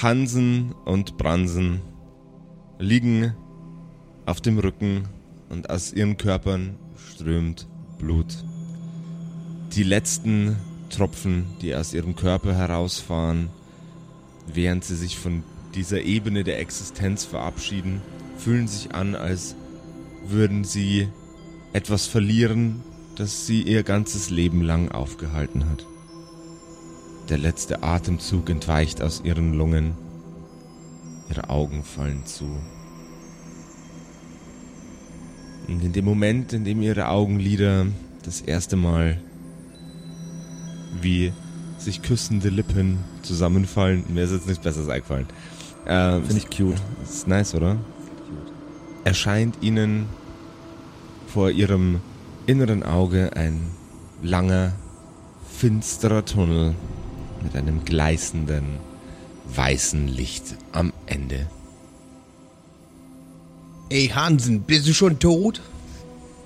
Hansen und Bransen liegen auf dem Rücken und aus ihren Körpern strömt Blut. Die letzten Tropfen, die aus ihrem Körper herausfahren, während sie sich von dieser Ebene der Existenz verabschieden, fühlen sich an, als würden sie etwas verlieren, das sie ihr ganzes Leben lang aufgehalten hat. Der letzte Atemzug entweicht aus ihren Lungen. Ihre Augen fallen zu. Und in dem Moment, in dem ihre Augenlider das erste Mal wie sich küssende Lippen zusammenfallen, mir ist jetzt nichts Besseres eingefallen. Ähm, Finde ich cute. Ist nice, oder? Erscheint ihnen vor ihrem inneren Auge ein langer, finsterer Tunnel mit einem gleißenden, weißen Licht am Ende. Ey Hansen, bist du schon tot?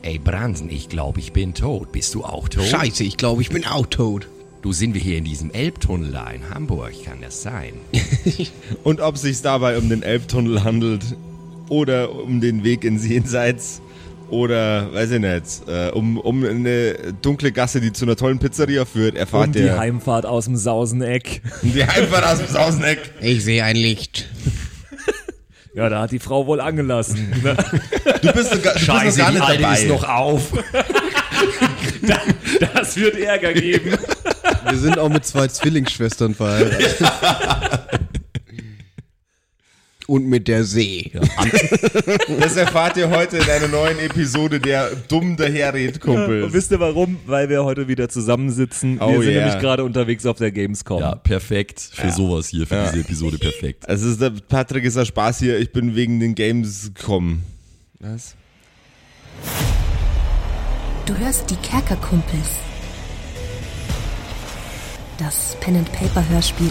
Ey Bransen, ich glaube, ich bin tot. Bist du auch tot? Scheiße, ich glaube, ich bin auch tot. Du sind wir hier in diesem Elbtunnel da in Hamburg, kann das sein? Und ob sich dabei um den Elbtunnel handelt oder um den Weg ins Jenseits oder, weiß ich nicht, äh, um, um eine dunkle Gasse, die zu einer tollen Pizzeria führt, erfahrt Um die ihr um Heimfahrt aus dem Sauseneck. die Heimfahrt aus dem Sauseneck. Ich sehe ein Licht. Ja, da hat die Frau wohl angelassen. ne? Du bist, sogar, du bist noch Scheiße, gar die nicht Alte ist dabei. noch auf. Das wird Ärger geben. Wir sind auch mit zwei Zwillingsschwestern verheiratet. Und mit der See. Das erfahrt ihr heute in einer neuen Episode der Dumm daherredet Und Kumpels. wisst ihr warum? Weil wir heute wieder zusammensitzen. Oh wir sind yeah. nämlich gerade unterwegs auf der Gamescom. Ja, perfekt für sowas hier, für diese Episode perfekt. Es ist der Patrick ist der Spaß hier, ich bin wegen den Games gekommen. Was? Du hörst die Kerkerkumpels. Das Pen and Paper Hörspiel.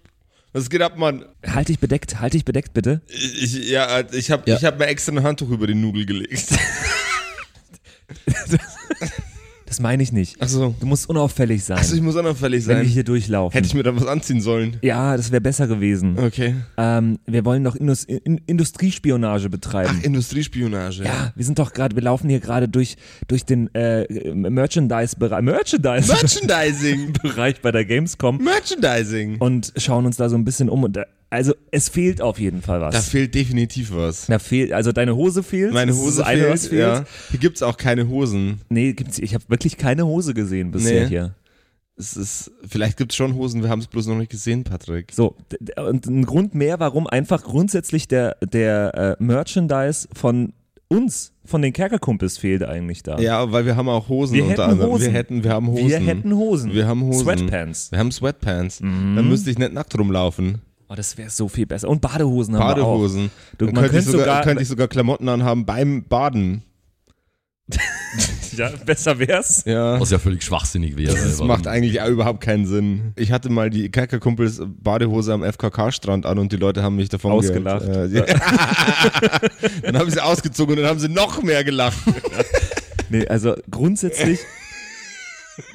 Was geht ab, Mann? halt dich bedeckt, halt dich bedeckt bitte. Ich, ja, ich habe Ja. ich hab mir extra ein Handtuch über den Nudel gelegt. Das meine ich nicht. Achso. Du musst unauffällig sein, Also ich muss unauffällig wenn wir sein. hier durchlaufen. Hätte ich Äh. mir dann was anziehen sollen. ja, das wäre besser gewesen. Okay. Ähm, wir wollen doch Indus in Industriespionage betreiben. Ach, Industriespionage. ja, wir sind doch gerade, wir laufen hier gerade durch, durch den äh, Merchandise-Bereich Merchandise Merchandising. Bereich bei der Gamescom Merchandising. und schauen uns da so ein bisschen um. Und da, also es fehlt auf jeden Fall was. Da fehlt definitiv was. Da fehlt, also deine Hose fehlt. Meine das ist Hose das eine, was fehlt. Ja. Hier gibt's auch keine Hosen. Nee, gibt's, ich habe wirklich keine Hose gesehen bisher Nee. hier. Es ist, vielleicht gibt's schon Hosen, wir haben es bloß noch nicht gesehen, Patrick. So, d- d- und ein Grund mehr, warum einfach grundsätzlich der, der äh, Merchandise von uns, von den Kerkerkumpels fehlt eigentlich da. Ja, weil wir haben auch Hosen Wir unter hätten anderem. Hosen. Wir hätten, wir haben Hosen. Wir hätten Hosen. Wir haben Hosen. Sweatpants. Mhm. Wir haben Sweatpants. Dann müsste ich nicht nackt rumlaufen. Oh, das wäre so viel besser. Und Badehosen haben wir auch. Badehosen. Du, Dann man könnte ich, könnte sogar, sogar- könnte ich sogar Klamotten anhaben beim Baden. Ja, besser wär's. Ja. Was ja völlig schwachsinnig wäre. Das Warum- macht eigentlich auch überhaupt keinen Sinn. Ich hatte mal die Kerkerkumpels Badehose am FKK-Strand an und die Leute haben mich davon Ausgelacht. Geirrt. Äh, ja. dann haben sie ausgezogen und dann haben sie noch mehr gelacht. Nee, also grundsätzlich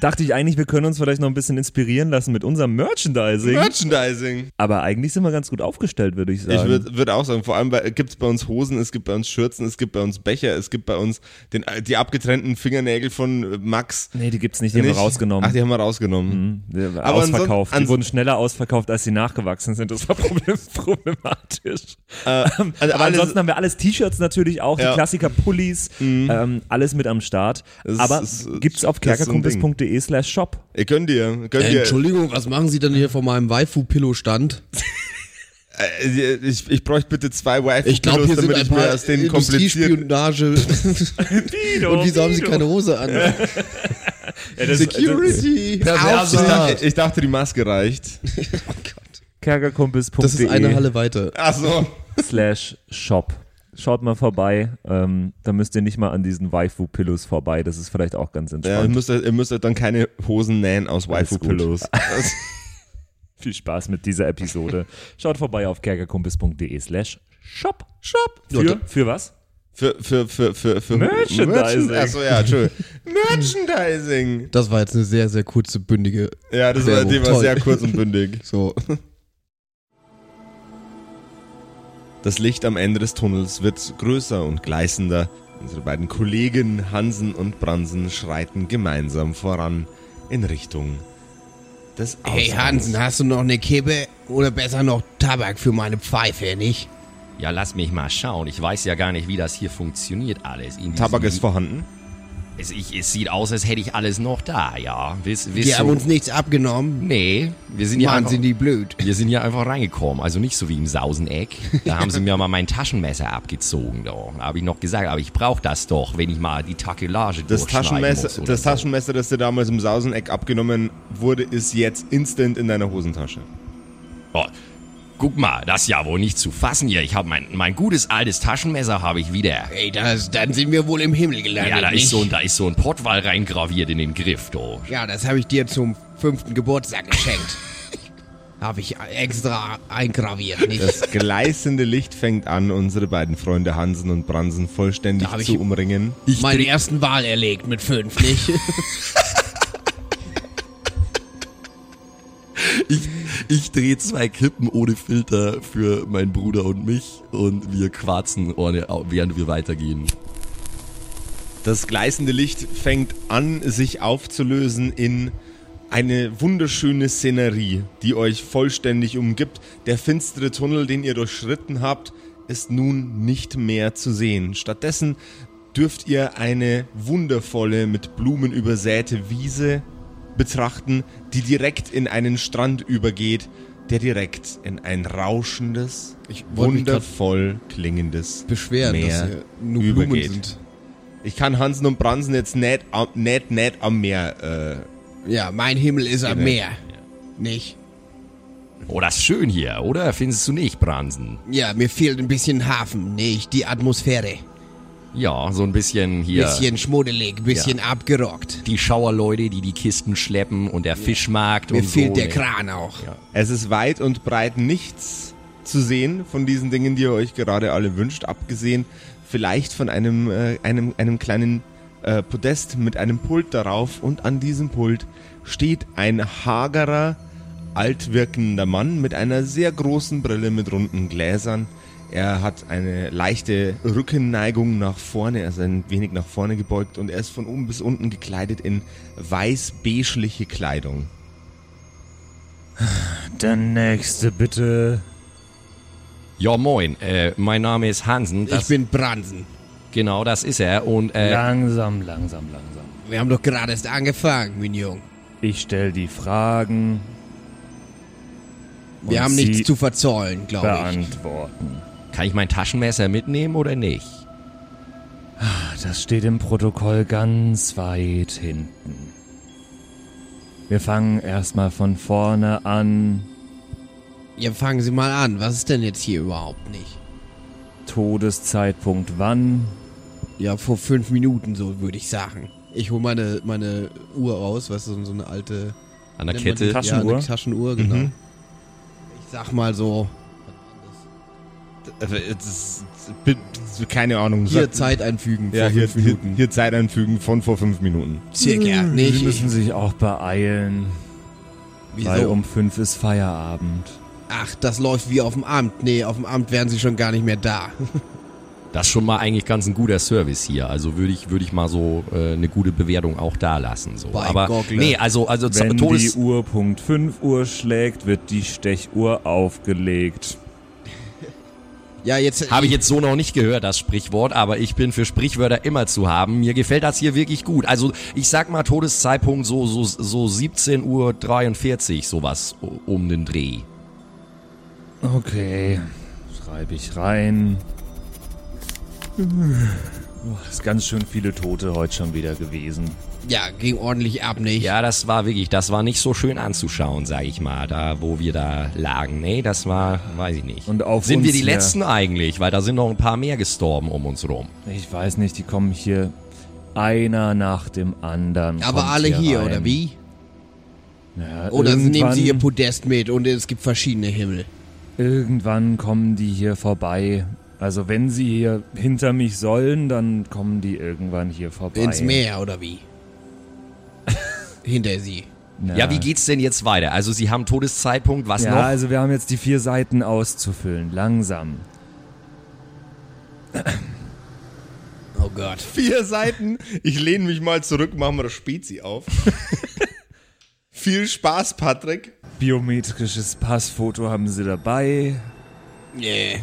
dachte ich eigentlich, wir können uns vielleicht noch ein bisschen inspirieren lassen mit unserem Merchandising. Merchandising. Aber eigentlich sind wir ganz gut aufgestellt, würde ich sagen. Ich würde würd auch sagen, vor allem gibt es bei uns Hosen, es gibt bei uns Schürzen, es gibt bei uns Becher, es gibt bei uns den, äh, die abgetrennten Fingernägel von äh, Max. nee, die gibt's nicht, die haben wir Nicht- rausgenommen. Mhm. Ach, die haben wir rausgenommen. Die Aber anson- ausverkauft. Die ans- wurden schneller ausverkauft, als sie nachgewachsen sind. Das war problem problematisch. Ähm, also aber alles- ansonsten haben wir alles T-Shirts natürlich auch, Ja. Mhm. die Klassiker Pullis, ähm, alles mit am Start. Das aber ist- äh, gibt's auf das ist so ein kerkerkumpels.de slash shop. Ihr könnt ihr, könnt ihr. Entschuldigung, was machen Sie denn hier vor meinem Waifu-Pillow-Stand? Äh, Ich, ich bräuchte bitte zwei Wifi. Ich glaube, hier sind damit ein ich mir paar aus den komplizierten. Industriespionage. Und wieso haben Sie keine Hose an? ja, das, Security! Also, Ich dachte, ich dachte, die Maske reicht. Oh Gott. kerkerkumpels.de Das ist eine Halle weiter. Achso. slash shop. Schaut mal vorbei, ähm, da müsst ihr nicht mal an diesen Waifu-Pillows vorbei, das ist vielleicht auch ganz Ja, ihr, entspannt. müsst, ihr müsst dann keine Hosen nähen aus Alles gut. Waifu-Pillows. Viel Spaß mit dieser Episode. Schaut vorbei auf kerkerkumpels.de slash shop. Shop. Für, für was? Für, für, für, für, für Merchandising. Merchand- Achso, ja, Entschuldigung. Merchandising. Das war jetzt eine sehr, sehr kurze, bündige. Ja, das war, Werbung, die war toll. sehr kurz und bündig. So. Das Licht am Ende des Tunnels wird größer und gleißender. Unsere beiden Kollegen Hansen und Bransen schreiten gemeinsam voran in Richtung des Ausgangs. hast du noch eine Kippe? Oder besser noch Tabak für meine Pfeife, nicht? Ja, lass mich mal schauen. Ich weiß ja gar nicht, wie das hier funktioniert alles. In Tabak diesem- ist vorhanden. Es, ich, es sieht aus, als hätte ich alles noch da, ja. Wiss, wiss Die so. haben uns nichts abgenommen. nee, wir sind ja Mann, einfach, sind die blöd. wir sind ja einfach reingekommen. Also nicht so wie im Sauseneck. Da haben sie mir mal mein Taschenmesser abgezogen. Da habe ich noch gesagt, aber ich brauche das doch, wenn ich mal die Takelage Das durchschneiden muss Taschenmesser, oder das so. Taschenmesser, das dir damals im Sauseneck abgenommen wurde, ist jetzt instant in deiner Hosentasche. Oh, guck mal, das ist ja wohl nicht zu fassen hier. Ich habe mein, mein gutes altes Taschenmesser habe ich wieder. Ey, das, dann sind wir wohl im Himmel gelandet. Ja, da nicht? ist, so ein, da ist so ein Pottwal reingraviert in den Griff, do. Ja, das habe ich dir zum fünften Geburtstag geschenkt. habe ich extra eingraviert, nicht? Das gleißende Licht fängt an, unsere beiden Freunde Hansen und Bransen vollständig Darf ich- zu umringen. ich meine ersten Wahl erlegt mit fünf, nicht? Ich, ich drehe zwei Kippen ohne Filter für meinen Bruder und mich und wir quarzen, ohne, während wir weitergehen. Das gleißende Licht fängt an, sich aufzulösen in eine wunderschöne Szenerie, die euch vollständig umgibt. Der finstere Tunnel, den ihr durchschritten habt, ist nun nicht mehr zu sehen. Stattdessen dürft ihr eine wundervolle, mit Blumen übersäte Wiese betrachten, die direkt in einen Strand übergeht, der direkt in ein rauschendes, Ich wollte mich grad wundervoll klingendes beschweren, Meer dass hier nur Blumen übergeht. sind. Ich kann Hansen und Bransen jetzt nicht, am- nicht, nicht am Meer. äh, ja, mein Himmel ist am Genau. Meer. Nicht? Oh, das ist schön hier, oder? Findest du nicht, Bransen? Ja, mir fehlt ein bisschen Hafen, nicht? Die Atmosphäre. Ja, so ein bisschen hier. Bisschen schmuddelig, bisschen abgerockt. Die Schauerleute, die die Kisten schleppen und der Fischmarkt Mir und fehlt so. der ne? Kran auch. Äh, es ist weit und breit nichts zu sehen von diesen Dingen, die ihr euch gerade alle wünscht, abgesehen vielleicht von einem, äh, einem, einem kleinen äh, Podest mit einem Pult darauf. Und an diesem Pult steht ein hagerer, altwirkender Mann mit einer sehr großen Brille mit runden Gläsern. Er hat eine leichte Rückenneigung nach vorne, also ein wenig nach vorne gebeugt und er ist von oben bis unten gekleidet in weiß-beigeliche Kleidung. Der nächste bitte. Ja, moin. Äh, mein Name ist Hansen. Das, Ich bin Bransen. genau, das ist er. Und äh, Langsam, langsam, langsam. Wir haben doch gerade erst angefangen, Mignon. Ich stell die Fragen, Wir Und haben Sie nichts zu verzollen, glaube ich. beantworten. kann ich mein Taschenmesser mitnehmen oder nicht? Das steht im Protokoll ganz weit hinten. Wir fangen erstmal von vorne an. Ja, fangen Sie mal an. Was ist denn jetzt hier überhaupt nicht? Todeszeitpunkt wann? Ja, vor fünf Minuten so, würde ich sagen. Ich hole meine, meine Uhr raus, weißt du, so- so eine alte An der nennt man Kette. die? Ja, Taschenuhr? Mhm. eine Taschenuhr, genau. Ich sag mal so, Also, es ist- b- b- keine Ahnung. Hier Sag- Zeit einfügen ja, vor hier, fünf hier, Minuten. hier Zeit einfügen von vor fünf Minuten. circa, Sie nicht? müssen sich auch beeilen, weil Wieso? um fünf ist Feierabend. Ach, das läuft wie auf dem Amt. Nee, auf dem Amt wären Sie schon gar nicht mehr da. Das ist schon mal eigentlich ganz ein guter Service hier. Also würde ich, würde ich mal so äh, eine gute Bewertung auch da lassen. So. Bei Aber Goggler. nee, also, also Z- Wenn die Todes... Uhr Punkt 5 Uhr schlägt, wird die Stechuhr aufgelegt. Ja, jetzt... Habe ich jetzt so noch nicht gehört, das Sprichwort, aber ich bin für Sprichwörter immer zu haben. Mir gefällt das hier wirklich gut. Also ich sag mal Todeszeitpunkt so, so, so 17.43 Uhr, sowas o- um den Dreh. Okay, schreibe ich rein. Boah, Ist ganz schön viele Tote heute schon wieder gewesen. Ja, ging ordentlich ab, nicht? Ja, das war wirklich, das war nicht so schön anzuschauen, sag ich mal, da wo wir da lagen. Nee, das war, weiß ich nicht. Und auf sind wir uns, die ja. letzten eigentlich, weil da sind noch ein paar mehr gestorben um uns rum. Ich weiß nicht, die kommen hier einer nach dem anderen. Aber kommt alle hier, rein. oder wie? Ja, Oder nehmen sie ihr irgendwann- Podest mit und es gibt verschiedene Himmel. Irgendwann kommen die hier vorbei. Also wenn sie hier hinter mich sollen, dann kommen die irgendwann hier vorbei. Ins Meer, oder wie? Hinter sie. Na. Ja. wie geht's denn jetzt weiter? Also sie haben Todeszeitpunkt, was Ja, noch? also wir haben jetzt die vier Seiten auszufüllen. Langsam. Oh Gott. Vier Seiten. Ich lehne mich mal zurück, machen wir das Spezi auf. Viel Spaß, Patrick. Biometrisches Passfoto haben sie dabei. Nee.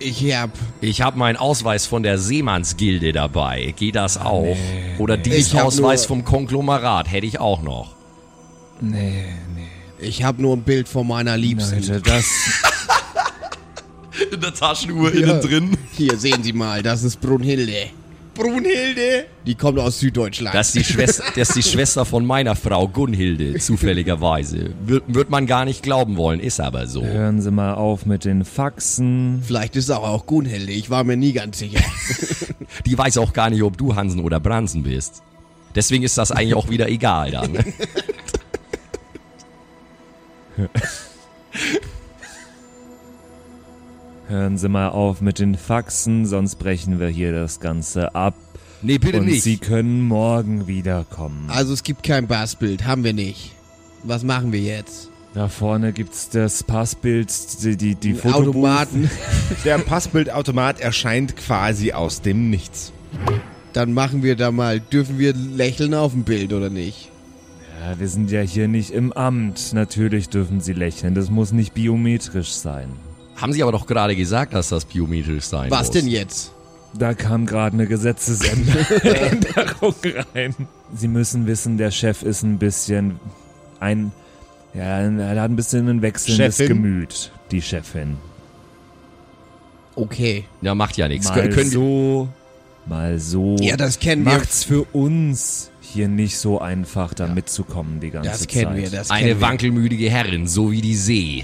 Ich hab. Ich habe meinen Ausweis von der Seemannsgilde dabei. Geht das auch? Oder Ich diesen hab Ausweis nur- vom Konglomerat hätte ich auch noch. Nee, nee. Ich hab nur ein Bild von meiner Liebsten. Leute, das. In der Taschenuhr innen drin. Hier sehen Sie mal, das ist Brunhilde. Brunhilde. Die kommt aus Süddeutschland. Das ist die Schwester, das ist die Schwester von meiner Frau Gunhilde, zufälligerweise. Wird, wird man gar nicht glauben wollen, ist aber so. Hören Sie mal auf mit den Faxen. Vielleicht ist auch auch Gunhilde. Ich war mir nie ganz sicher. Die weiß auch gar nicht, ob du Hansen oder Bransen bist. Deswegen ist das eigentlich auch wieder egal dann. Hören Sie mal auf mit den Faxen, sonst brechen wir hier das Ganze ab. Nee, bitte Und nicht. Sie können morgen wiederkommen. Also es gibt kein Bassbild, haben wir nicht. Was machen wir jetzt? Da vorne gibt's das Passbild, die, die, die Fotobooth. Automaten. Der Passbildautomat erscheint quasi aus dem Nichts. Dann machen wir da mal. Dürfen wir lächeln auf dem Bild oder nicht? Ja, wir sind ja hier nicht im Amt. Natürlich dürfen Sie lächeln. Das muss nicht biometrisch sein. Haben sie aber doch gerade gesagt, dass das biometrisch sein Was muss. denn jetzt? Da kam gerade eine Gesetzesänderung rein. Sie müssen wissen, der Chef ist ein bisschen ein. Ja, er hat ein bisschen ein wechselndes Chefin? Gemüt, die Chefin. Okay. Ja, macht ja nichts. Mal Können wir- so, mal so. Ja, das kennen wir. Oh, Macht's für uns hier nicht so einfach, da mitzukommen die ganze Das kennen Zeit. wir. Das Eine kennen wir. wankelmütige Herrin, so wie die See.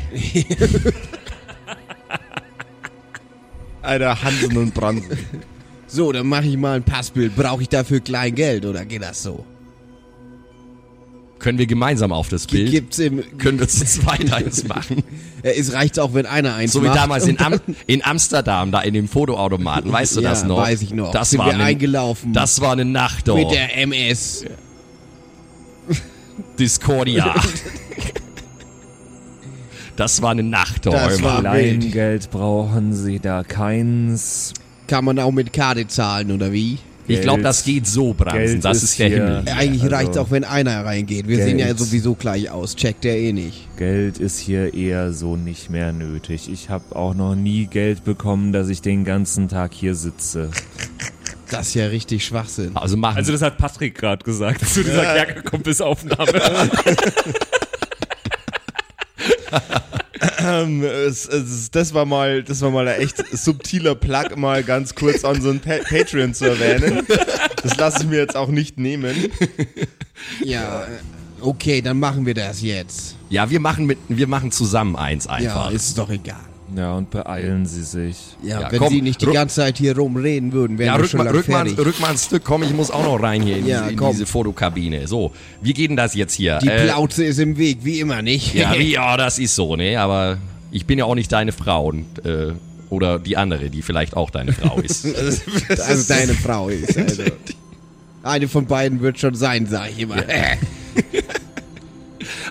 Alter, Hansen und Bransen. So, dann mache ich mal ein Passbild. Brauche ich dafür Kleingeld oder geht das so? Können wir gemeinsam auf das G Bild? gibt's im. können wir zu zweit eins machen? Äh, es reicht auch, wenn einer eins So wie macht. damals in, Und dann- Am in Amsterdam, da in dem Fotoautomaten. Weißt du ja, das noch? Weiß ich noch. Das Sind war wir eine, eingelaufen. Das war eine Nacht dort. mit der MS. Discordia. das war eine Nacht dort. Das war- wild. Kleingeld brauchen sie da keins. Kann man auch mit Karte zahlen oder wie? ich glaube, das geht so, Bransen. Geld das ist ist der hier- Himmel. Äh, Eigentlich also- reicht's auch, wenn einer reingeht. Wir sehen ja Geld. sowieso gleich aus. Checkt der eh nicht. Geld ist hier eher so nicht mehr nötig. Ich habe auch noch nie Geld bekommen, dass ich den ganzen Tag hier sitze. Das ist ja richtig Schwachsinn. Also machen das hat Patrick gerade gesagt zu dieser Kerkerkumpelsaufnahme. Ähm, es, es, das war mal, das war mal ein echt subtiler Plug, mal ganz kurz an so ein pa Patreon zu erwähnen. Das lasse ich mir jetzt auch nicht nehmen. Ja, äh, okay, dann machen wir das jetzt. Ja, wir machen mit, wir machen zusammen eins Ja, einfach. ist doch egal. ja, und beeilen Sie sich. Ja, Ja, wenn komm, Sie nicht die rück- ganze Zeit hier rumreden würden, wären Ja, wir rück schon mal, lange rück, mal, fertig. rück mal ein Stück, komm, ich muss auch noch rein hier in, Ja, diese, in komm. diese Fotokabine. So, wie geht denn das jetzt hier? die Äh, Plauze ist im Weg, wie immer, nicht? ja, wie- ja, das ist so, ne? Aber ich bin ja auch nicht deine Frau und, äh, oder die andere, die vielleicht auch deine Frau ist. also deine Frau ist. Also. Eine von beiden wird schon sein, sag ich immer.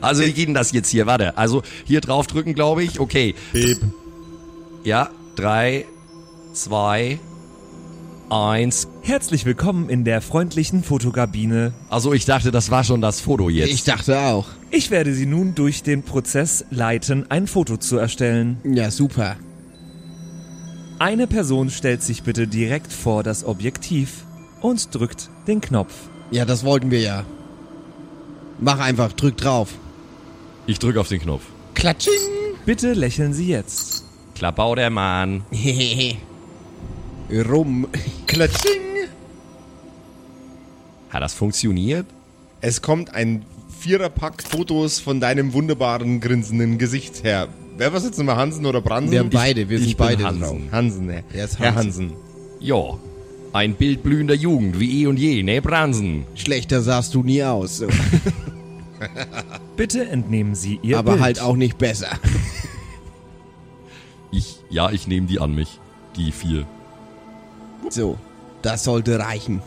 Also wie geht denn das jetzt hier? Warte, also hier drauf drücken, glaube ich. Okay. Ja, drei, zwei, eins. Herzlich willkommen in der freundlichen Fotokabine. Also ich dachte, das war schon das Foto jetzt. Ich dachte auch. Ich werde Sie nun durch den Prozess leiten, ein Foto zu erstellen. Ja, super. Eine Person stellt sich bitte direkt vor das Objektiv und drückt den Knopf. Ja, das wollten wir ja. Mach einfach, drück drauf. ich drücke auf den Knopf. Klatsching! Bitte lächeln Sie jetzt. Klappau der Mann. Rum. Klatsching. Hat das funktioniert? Es kommt ein Viererpack Fotos von deinem wunderbaren grinsenden Gesicht her. Wer war es jetzt nochmal, Hansen oder Bransen? Wir haben beide, wir ich sind beide bin Hansen. drauf. Hansen, ja. Er ist Herr Hansen. Hansen. Ja, ein Bild blühender Jugend, wie eh und je, ne, Bransen? Schlechter sahst du nie aus, so. Bitte entnehmen Sie Ihr aber Bild. halt auch nicht besser. Ich, ja, ich nehme die an mich. Die vier. So, das sollte reichen.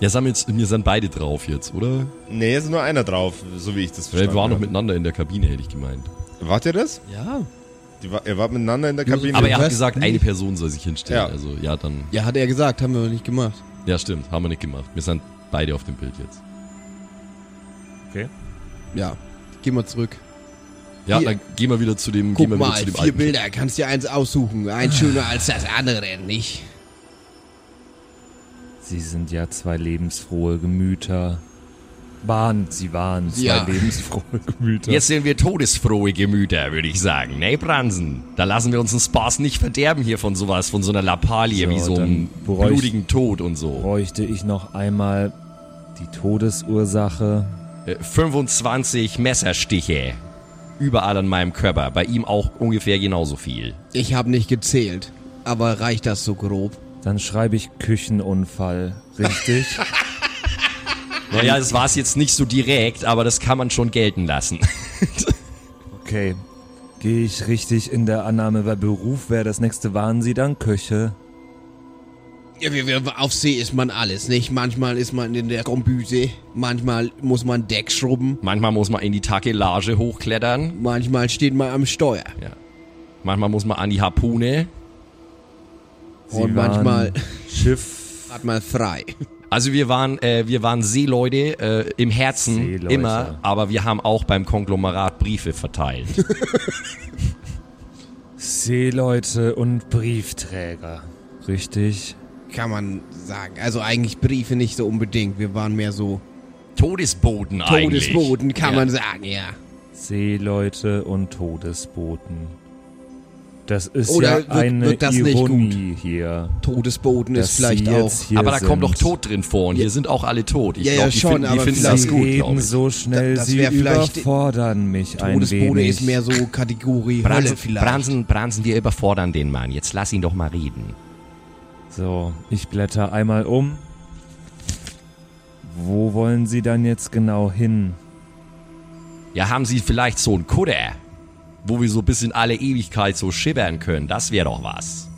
Ja, sind wir jetzt, wir sind beide drauf jetzt, oder? Nee, ist nur einer drauf, so wie ich das Weil wir verstanden waren noch habe. miteinander in der Kabine, hätte ich gemeint. Wart ihr das? Ja. Die, wa- ihr wart miteinander in der Kabine? Aber er hat Was? gesagt, eine Person soll sich hinstellen. Ja. Also, ja, dann. Ja, hat er gesagt, haben wir aber nicht gemacht. Ja, stimmt, haben wir nicht gemacht. Wir sind beide auf dem Bild jetzt. Ja, geh mal zurück. Ja, Hier. dann gehen wir wieder zu dem, gehen Guck wir wieder mal, zu dem vier alten. Bilder, kannst dir eins aussuchen. Eins schöner als das andere, nicht? Sie sind ja zwei lebensfrohe Gemüter. Waren, sie waren zwei Ja. lebensfrohe Gemüter. Jetzt sind wir todesfrohe Gemüter, würde ich sagen, ne, Bransen? Da lassen wir uns den Spaß nicht verderben hier von sowas, von so einer Lappalie, So, wie so einem dann bräuch- blutigen Tod und so. bräuchte ich noch einmal die Todesursache. Äh, 25 Messerstiche überall an meinem Körper, bei ihm auch ungefähr genauso viel. Ich habe nicht gezählt, aber reicht das so grob? Dann schreibe ich Küchenunfall, richtig? Naja, das war es jetzt nicht so direkt, aber das kann man schon gelten lassen. okay. Gehe ich richtig in der Annahme, weil Beruf wäre das nächste, waren Sie dann Köche? Ja, wir, wir, auf See ist man alles, nicht? Manchmal ist man in der Kombüse, manchmal muss man Deck schrubben, Manchmal muss man in die Takelage hochklettern, manchmal steht man am Steuer. manchmal muss man an die Harpune. Sie Und Oh, manchmal- Schiff. Hat mal frei. Also wir waren, äh, wir waren Seeleute äh, im Herzen Seeleute. immer, aber wir haben auch beim Konglomerat Briefe verteilt. Seeleute und Briefträger. Richtig. Kann man sagen. Also eigentlich Briefe nicht so unbedingt. Wir waren mehr so Todesboten eigentlich. Todesboten, kann man sagen, ja. Seeleute und Todesboten. Das ist Oder ja Oh, wird- eine wird das nicht Ironie hier. Todesboten dass ist vielleicht Sie auch. jetzt hier aber da sind. kommt doch Tod drin vor und hier sind auch alle tot. Ich Ja, ja, glaube, die schon, finden, die aber finden Sie das vielleicht- gut, reden glaube ich. so schnell, Da- das sie wär vielleicht- überfordern mich ein Todesbote wenig. ist mehr so Kategorie Hölle Bransen, vielleicht. Bransen, Bransen, wir überfordern den Mann. Jetzt lass ihn doch mal reden. so, ich blätter einmal um. Wo wollen Sie dann jetzt genau hin? Ja, haben Sie vielleicht so einen Kutter, wo wir so bis in alle Ewigkeit so schibbern können? Das wäre doch was.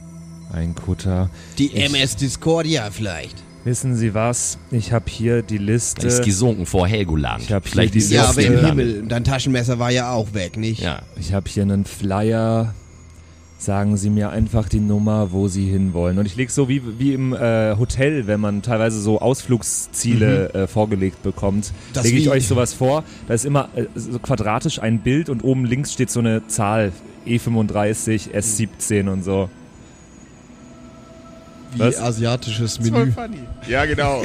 Ein Kutter. Die MS Discordia vielleicht. Wissen Sie was? Ich habe hier die Der ist Liste. gesunken vor Helgoland. Äh, Ich hab hier vielleicht diese- ist Ja, er auf aber dem im Land. Himmel. Dein Taschenmesser war ja auch weg, nicht? Ja. Ich habe hier einen Flyer. Sagen Sie mir einfach die Nummer, wo Sie hinwollen. Und ich lege so wie, wie im äh, Hotel, wenn man teilweise so Ausflugsziele äh, vorgelegt bekommt, Mhm. Das lege ich wie- euch sowas vor. Da ist immer äh, so quadratisch ein Bild und oben links steht so eine Zahl. E E35, S17 und so. Wie Was? asiatisches Menü. Ja, genau.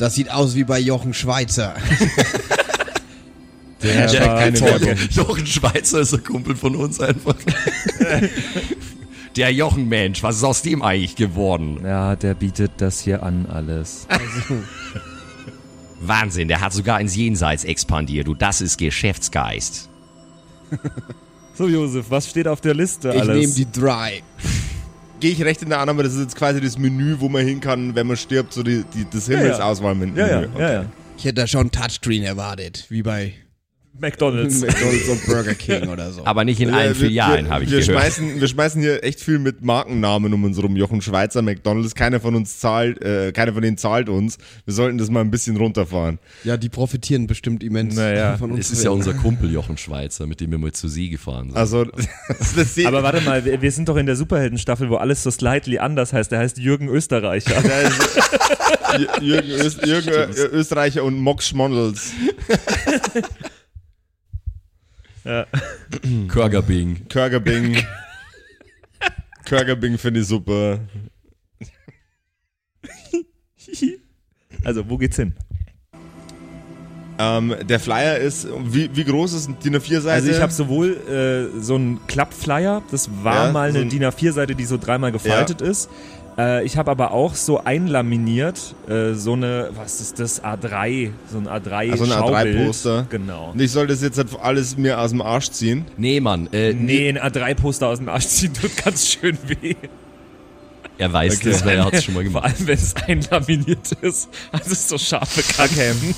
Das sieht aus wie bei Jochen Schweizer. Der war eine Werbung. Jochen Schweizer ist ein Kumpel von uns einfach. Der Jochen-Mensch, was ist aus dem eigentlich geworden? Ja, der bietet das hier an alles. Ah. Wahnsinn, der hat sogar ins Jenseits expandiert. Du, das ist Geschäftsgeist. So, Josef, was steht auf der Liste Ich alles? nehme die drei. Gehe ich recht in der Annahme, das ist jetzt quasi das Menü, wo man hin kann, wenn man stirbt, so die, die, das Himmelsauswahlmenü. ja, ja, ja, ja. Ich hätte da schon Touchscreen erwartet, wie bei McDonalds. McDonalds und Burger King oder so. Aber nicht in allen Filialen, habe ich wir gehört. schmeißen, wir schmeißen hier echt viel mit Markennamen um uns rum. Jochen Schweizer, McDonalds, keiner von uns zahlt, äh, keiner von denen zahlt uns. Wir sollten das mal ein bisschen runterfahren. Ja, die profitieren bestimmt immens Naja, von uns. Es ist ja unser Kumpel Jochen Schweizer, mit dem wir mal zur See gefahren sind. Also, das ist die- Aber warte mal, wir, wir sind doch in der Superheldenstaffel, wo alles so slightly anders heißt. Der heißt Jürgen Österreicher. Da ist- Jür- Jürgen, Öst, Jürgen Ö- Österreicher und Mox Schmondels. Körgerbing. Körgerbing. Körgerbing finde ich super. Also, wo geht's hin? Ähm, der Flyer ist, wie, wie groß ist die eine Vierseite? Also, ich habe sowohl äh, so einen Klappflyer, das war Ja, mal so eine ein- DIN A4-Seite, die so dreimal gefaltet ist. Äh, ich habe aber auch so einlaminiert, äh, so eine, was ist das, A3, so ein A3 Also ein Schaubild. A3-Poster. Genau. Und ich soll das jetzt halt alles mir aus dem Arsch ziehen. Nee, Mann, äh, Nee, ein A3-Poster aus dem Arsch ziehen tut ganz schön weh. er weiß das, weil er hat's schon mal Vor gemacht. allem, wenn es einlaminiert ist. Also es ist so scharfe Kanten.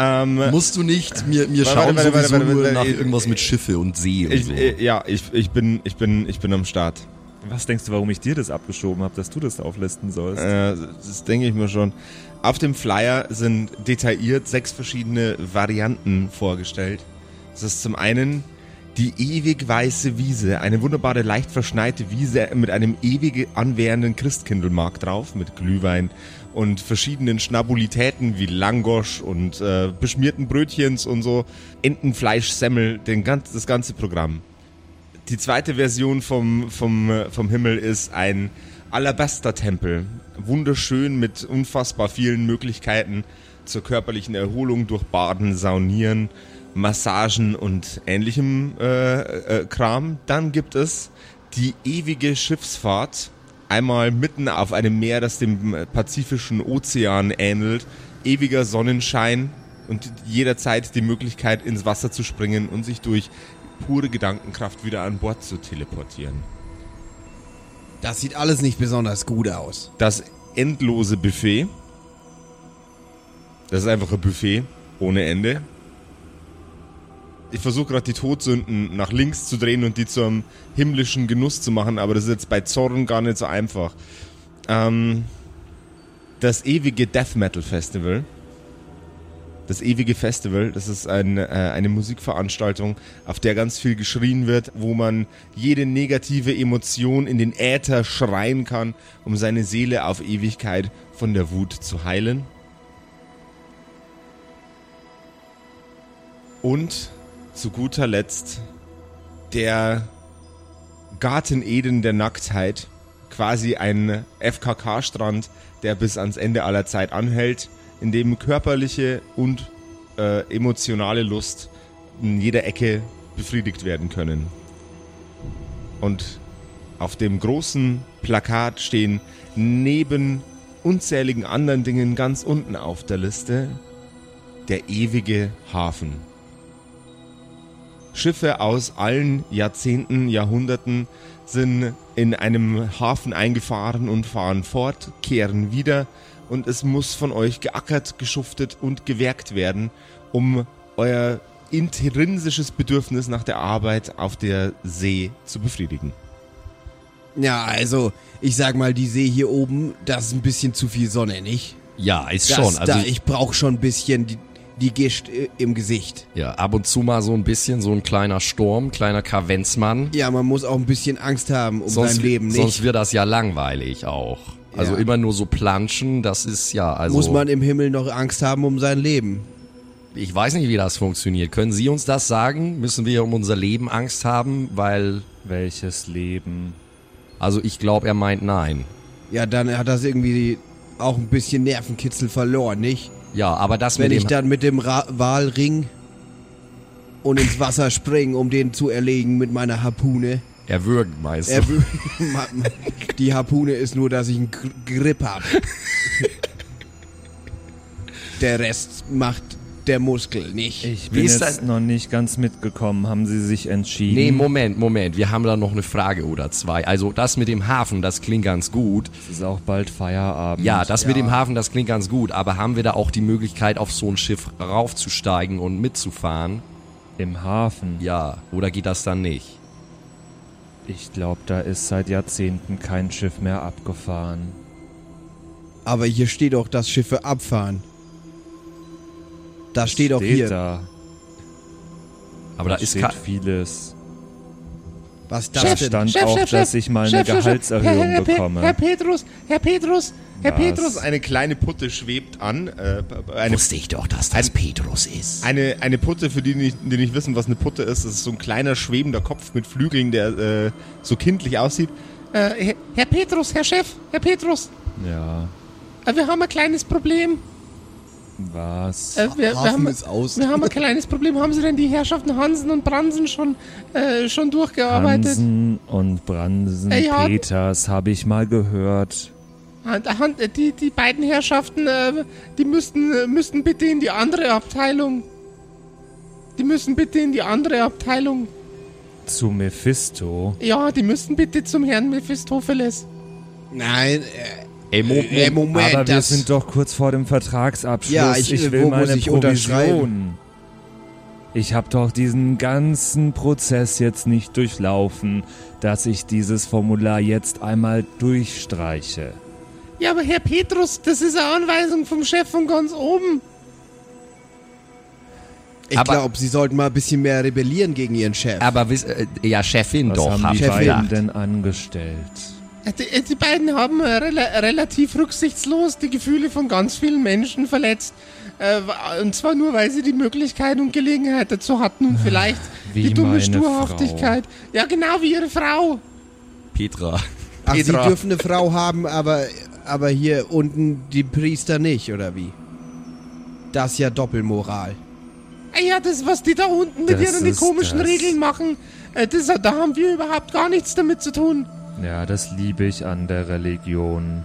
Ähm, Musst du nicht, mir, mir Warte, schauen warte, warte, sowieso warte, nur warte, nach ich- irgendwas mit Schiffe und See und ich, so. äh, ja, ich, ich, bin, ich, bin, ich bin am Start. Was denkst du, warum ich dir das abgeschoben habe, dass du das auflisten sollst? Äh, das denke ich mir schon. Auf dem Flyer sind detailliert sechs verschiedene Varianten vorgestellt. Das ist zum einen die ewig weiße Wiese, eine wunderbare, leicht verschneite Wiese mit einem ewig anwährenden Christkindlmarkt drauf, mit Glühwein und verschiedenen Schnabulitäten wie Langosch und äh, beschmierten Brötchens und so, Entenfleisch, Semmel, den ganz, das ganze Programm. Die zweite Version vom, vom, äh, vom Himmel ist ein Alabaster-Tempel. Wunderschön mit unfassbar vielen Möglichkeiten zur körperlichen Erholung durch Baden, Saunieren, Massagen und ähnlichem äh, äh, Kram. Dann gibt es die ewige Schiffsfahrt. Einmal mitten auf einem Meer, das dem äh, Pazifischen Ozean ähnelt. Ewiger Sonnenschein und jederzeit die Möglichkeit, ins Wasser zu springen und sich durch pure Gedankenkraft wieder an Bord zu teleportieren. Das sieht alles nicht besonders gut aus. Das endlose Buffet. Das ist einfach ein Buffet ohne Ende. Ich versuche gerade die Todsünden nach links zu drehen und die zum himmlischen Genuss zu machen, aber das ist jetzt bei Zorn gar nicht so einfach. Ähm, das ewige Death Metal Festival. Das ewige Festival, das ist ein, äh, eine Musikveranstaltung, auf der ganz viel geschrien wird, wo man jede negative Emotion in den Äther schreien kann, um seine Seele auf Ewigkeit von der Wut zu heilen. Und zu guter Letzt der Garten Eden der Nacktheit, quasi ein FKK-Strand, der bis ans Ende aller Zeit anhält, in dem körperliche und äh, emotionale Lust in jeder Ecke befriedigt werden können. Und auf dem großen Plakat stehen neben unzähligen anderen Dingen ganz unten auf der Liste der ewige Hafen. Schiffe aus allen Jahrzehnten, Jahrhunderten sind in einem Hafen eingefahren und fahren fort, kehren wieder und es muss von euch geackert, geschuftet und gewerkt werden, um euer intrinsisches Bedürfnis nach der Arbeit auf der See zu befriedigen. Ja, also, ich sag mal, die See hier oben, das ist ein bisschen zu viel Sonne, nicht? Ja, ist Das, schon. Also, da, ich brauche schon ein bisschen die, die Gischt äh, im Gesicht. ja, ab und zu mal so ein bisschen, so ein kleiner Sturm, kleiner Kavenzmann. Ja, man muss auch ein bisschen Angst haben um sein Leben, nicht? sonst wird das ja langweilig auch. Also Ja. immer nur so planschen, das ist ja, also muss man im Himmel noch Angst haben um sein Leben. ich weiß nicht, wie das funktioniert. Können Sie uns das sagen? Müssen wir um unser Leben Angst haben? Weil, Welches Leben? also ich glaube, er meint nein. Ja, dann hat das irgendwie auch ein bisschen Nervenkitzel verloren, nicht? Ja, aber das Wenn mit ich dem, dann mit dem Ra Walring und ins Wasser springe, um den zu erlegen mit meiner Harpune. erwürgen meinst Er du? wü- Ma- ma- Die Harpune ist nur, dass ich einen Gr Grip habe. Der Rest macht der Muskel nicht. Ich Wie bin ist jetzt dein- noch nicht ganz mitgekommen. Haben sie sich entschieden? Nee, Moment, Moment, wir haben da noch eine Frage oder zwei. Also das mit dem Hafen, das klingt ganz gut. Es ist auch bald Feierabend. Ja, das mit dem Hafen, das klingt ganz gut, aber haben wir da auch die Möglichkeit, auf so ein Schiff raufzusteigen und mitzufahren? Im Hafen. Ja, oder geht das dann nicht? Ich glaube, da ist seit Jahrzehnten kein Schiff mehr abgefahren. Aber hier steht auch, dass Schiffe abfahren. Das steht auch hier. Da, Aber da ist steht kein... vieles. Was Da das denn? stand auch, dass ich mal eine Gehaltserhöhung bekomme. Petrus, Herr Petrus, Herr Was? Petrus. Eine kleine Putte schwebt an. Äh, eine, Wusste ich doch, dass das Petrus ist. eine, eine Putte, für die, nicht- die nicht wissen, was eine Putte ist. Das ist so ein kleiner schwebender Kopf mit Flügeln, der äh, so kindlich aussieht. Äh, Herr Petrus, Herr Chef, Herr Petrus, ja. äh, wir haben ein kleines Problem. Was? Äh, wir, wir, Hafen haben, ist aus. wir haben ein kleines Problem. Haben Sie denn die Herrschaften Hansen und Bransen schon, äh, schon durchgearbeitet? Hansen und Bransen, Ey, ja. Peters, habe ich mal gehört. Hand, Hand, äh, die, die beiden Herrschaften, äh, die müssten, äh, müssten bitte in die andere Abteilung. Die müssen bitte in die andere Abteilung. Zu Mephisto. Ja, die müssten bitte zum Herrn Mephistopheles. Nein, äh, Ey, Mo äh, Moment, Aber wir das, sind doch kurz vor dem Vertragsabschluss. Ja, ich- will wo meine muss ich Provision. unterschreiben? Ich habe doch diesen ganzen Prozess jetzt nicht durchlaufen, dass ich dieses Formular jetzt einmal durchstreiche. Ja, aber Herr Petrus, das ist eine Anweisung vom Chef von ganz oben. Ich Aber- glaube, sie sollten mal ein bisschen mehr rebellieren gegen ihren Chef. aber wiss, äh, ja, Chefin Was doch, haben hab die ich beiden gedacht. denn angestellt? Äh, Die, äh, die beiden haben äh, rela relativ rücksichtslos die Gefühle von ganz vielen Menschen verletzt. Äh, wa- und zwar nur, weil sie die Möglichkeit und Gelegenheit dazu hatten und vielleicht Äh, Wie die dumme meine Sturhaftigkeit. Ja, genau wie ihre Frau. Petra. Ach, sie Petra. dürfen eine Frau haben, aber, aber hier unten die Priester nicht, oder wie? Das ist ja Doppelmoral. Ah Ja, das, was die da unten mit Das ihren die ist komischen das. Regeln machen, äh, das, da haben wir überhaupt gar nichts damit zu tun. Ja, das liebe ich an der Religion.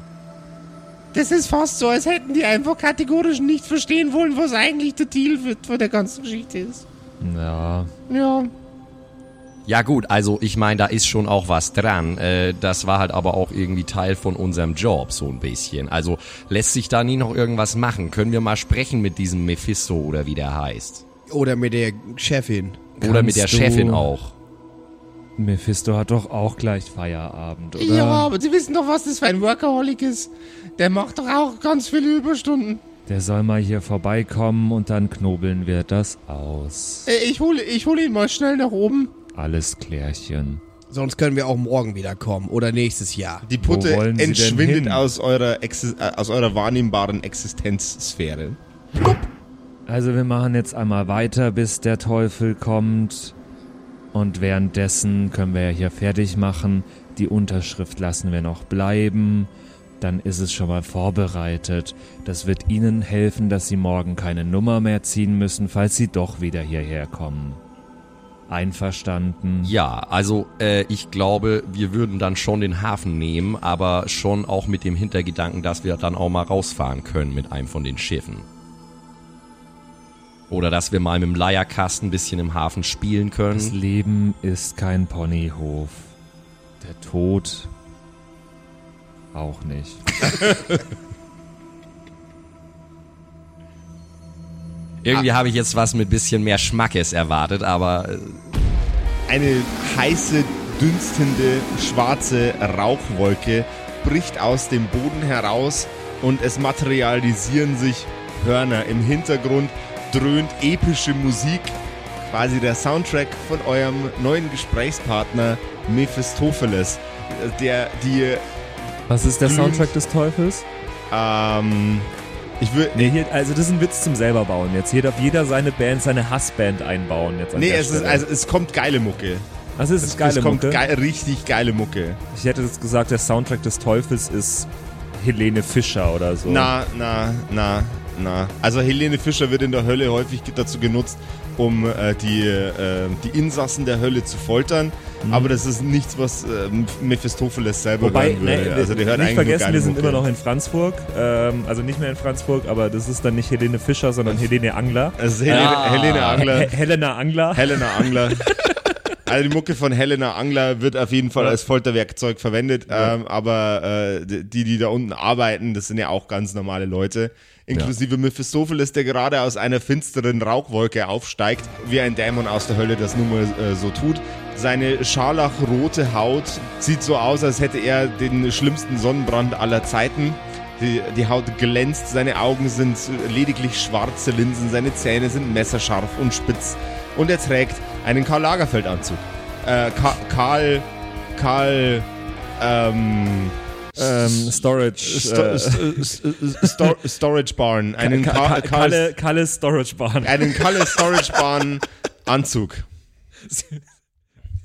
Das ist fast so, als hätten die einfach kategorisch nicht verstehen wollen, was eigentlich der Deal wird von der ganzen Geschichte ist. Ja, Ja. Ja gut, also ich meine, da ist schon auch was dran. Äh, das war halt aber auch irgendwie Teil von unserem Job, so ein bisschen. Also lässt sich da nie noch irgendwas machen. Können wir mal sprechen mit diesem Mephisto oder wie der heißt. Oder mit der Chefin. Oder mit der Kannst du- Chefin auch. Mephisto hat doch auch gleich Feierabend, oder? Ja, aber Sie wissen doch, was das für ein Workaholic ist. Der macht doch auch ganz viele Überstunden. Der soll mal hier vorbeikommen und dann knobeln wir das aus. Äh, Ich hole ich hol ihn mal schnell nach oben. Alles Klärchen. Sonst können wir auch morgen wieder kommen oder nächstes Jahr. Die Wo Putte wollen Sie denn hin? entschwindet aus eurer, Exis- äh, aus eurer wahrnehmbaren Existenzsphäre. Also wir machen jetzt einmal weiter, bis der Teufel kommt. Und währenddessen können wir ja hier fertig machen. Die Unterschrift lassen wir noch bleiben. Dann ist es schon mal vorbereitet. Das wird Ihnen helfen, dass Sie morgen keine Nummer mehr ziehen müssen, falls Sie doch wieder hierher kommen. Einverstanden? Ja, also äh, ich glaube, wir würden dann schon den Hafen nehmen, aber schon auch mit dem Hintergedanken, dass wir dann auch mal rausfahren können mit einem von den Schiffen. Oder dass wir mal mit dem Leierkasten ein bisschen im Hafen spielen Das können. Leben ist kein Ponyhof. Der Tod auch nicht. Irgendwie habe ich jetzt was mit bisschen mehr Schmackes erwartet, aber äh, Eine heiße, dünstende, schwarze Rauchwolke bricht aus dem Boden heraus und es materialisieren sich Hörner. Im Hintergrund dröhnt epische Musik, quasi der Soundtrack von eurem neuen Gesprächspartner Mephistopheles, der dir, Was ist der Hm. Soundtrack des Teufels? ähm, ich würde, Nee, hier, also das ist ein Witz zum selber bauen jetzt. Hier darf jeder seine Band, seine Hassband einbauen jetzt. An nee, der es ist, Stelle. also es kommt geile Mucke. also es ist geile es kommt Mucke. Ge richtig geile Mucke. Ich hätte jetzt gesagt, der Soundtrack des Teufels ist Helene Fischer oder so. Na, na, na, na. Also Helene Fischer wird in der Hölle häufig dazu genutzt, um äh, die, äh, die Insassen der Hölle zu foltern. Aber das ist nichts, was äh, Mephistopheles selber Mhm. Wobei, hören würde. nee, also der hört eigentlich nicht nur vergessen, geile wir sind Mucke. immer noch in Franzburg. Ähm, also nicht mehr in Franzburg, aber das ist dann nicht Helene Fischer, sondern Helene Angler. Das ist Helene, Ah. Helene Also Angler. He Helena Angler. Helena Angler. Also die Mucke von Helena Angler wird auf jeden Fall als Folterwerkzeug verwendet, ähm, aber äh, die, die da unten arbeiten, das sind ja auch ganz normale Leute, inklusive Mephistopheles, der gerade aus einer finsteren Rauchwolke aufsteigt, wie ein Dämon aus der Hölle das nun mal äh, so tut. Seine scharlachrote Haut sieht so aus, als hätte er den schlimmsten Sonnenbrand aller Zeiten. Die, die Haut glänzt, seine Augen sind lediglich schwarze Linsen, seine Zähne sind messerscharf und spitz und er trägt einen Karl Lagerfeld Anzug. Äh, Ka Karl, Karl, ähm, Ähm, Storage. Sto äh, Sto- Sto- Sto Storage Barn, einen Ka- Ka Ka- Karl, äh, Kalle, Kalle Storage Bahn. einen Kalle Storage Barn Anzug.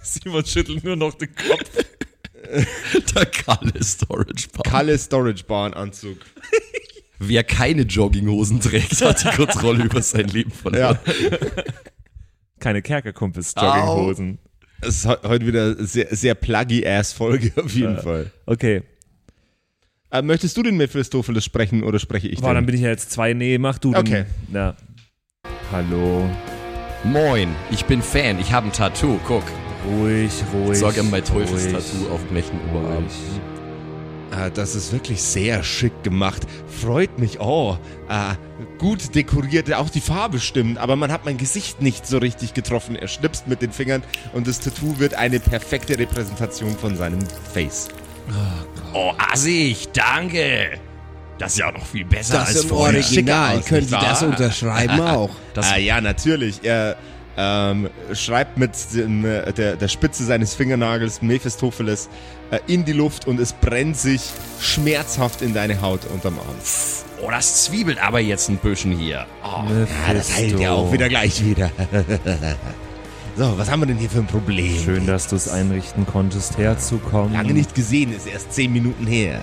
Simon schüttelt nur noch den Kopf. Der Kalle Storage Bar. Kalle Storage Barn Anzug. Wer keine Jogginghosen trägt, hat die Kontrolle über sein Leben verloren. Keine Kerkerkumpels Jogginghosen. Es ist he- heute wieder eine sehr, sehr pluggy-ass-Folge auf jeden Fall. Okay. Äh, möchtest du den Mephistopheles sprechen oder spreche ich Boah, dann den? bin ich ja jetzt zwei. Nee, mach du. den- Okay. Ja. Hallo. Moin, ich bin Fan, ich habe ein Tattoo, guck. Ruhig, ruhig. Ich sorge mein teures ruhig. Oh, Tattoo auf dem rechten Oberarm. Ruhig. Ah, das ist wirklich sehr schick gemacht. Freut mich. Oh, ah, gut dekoriert. Auch die Farbe stimmt, aber man hat mein Gesicht nicht so richtig getroffen. Er schnipst mit den Fingern und das Tattoo wird eine perfekte Repräsentation von seinem Face. Oh, Assig, danke. Das ist ja auch noch viel besser Das als im vorher. Original. aus, Können nicht Sie das wahr? unterschreiben auch? ah ja, natürlich. Er ähm, schreibt mit dem, äh, der, der Spitze seines Fingernagels Mephistopheles äh, in die Luft und es brennt sich schmerzhaft in deine Haut unterm Arm. Oh, das zwiebelt aber jetzt ein bisschen hier. Oh, Ah, das heilt ja auch wieder gleich wieder. so, was haben wir denn hier für ein Problem? Schön, dass du es einrichten konntest, herzukommen. Lange nicht gesehen, ist erst zehn Minuten her.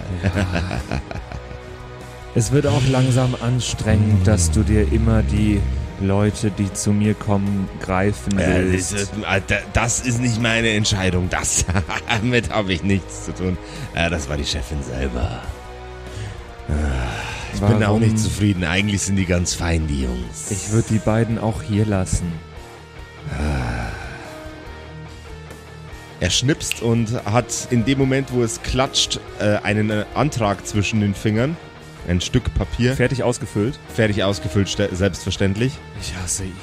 Es wird auch langsam Mm. anstrengend, dass du dir immer die Leute, die zu mir kommen, greifen Äh, das, willst. ist, äh, da- das ist nicht meine Entscheidung. Das, damit habe ich nichts zu tun. Äh, Das war die Chefin selber. ich Bin auch nicht zufrieden. Eigentlich sind die ganz fein, die Jungs. Ich würde die beiden auch hier lassen. Er schnipst und hat in dem Moment, wo es klatscht, äh, einen äh, Antrag zwischen den Fingern. Ein Stück Papier, Fertig ausgefüllt. fertig ausgefüllt, ste- selbstverständlich. Ich hasse ihn.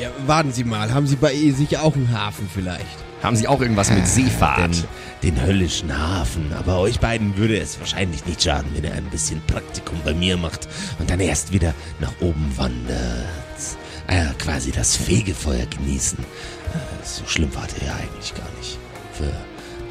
Ja, warten Sie mal, haben Sie bei sich auch einen Hafen vielleicht? Haben Sie auch irgendwas mit Seefahrt? den höllischen Hafen. Aber euch beiden würde es wahrscheinlich nicht schaden, wenn ihr ein bisschen Praktikum bei mir macht und dann erst wieder nach oben wandert. Äh, quasi das Fegefeuer genießen. Äh, so schlimm wart ihr ja eigentlich gar nicht. Für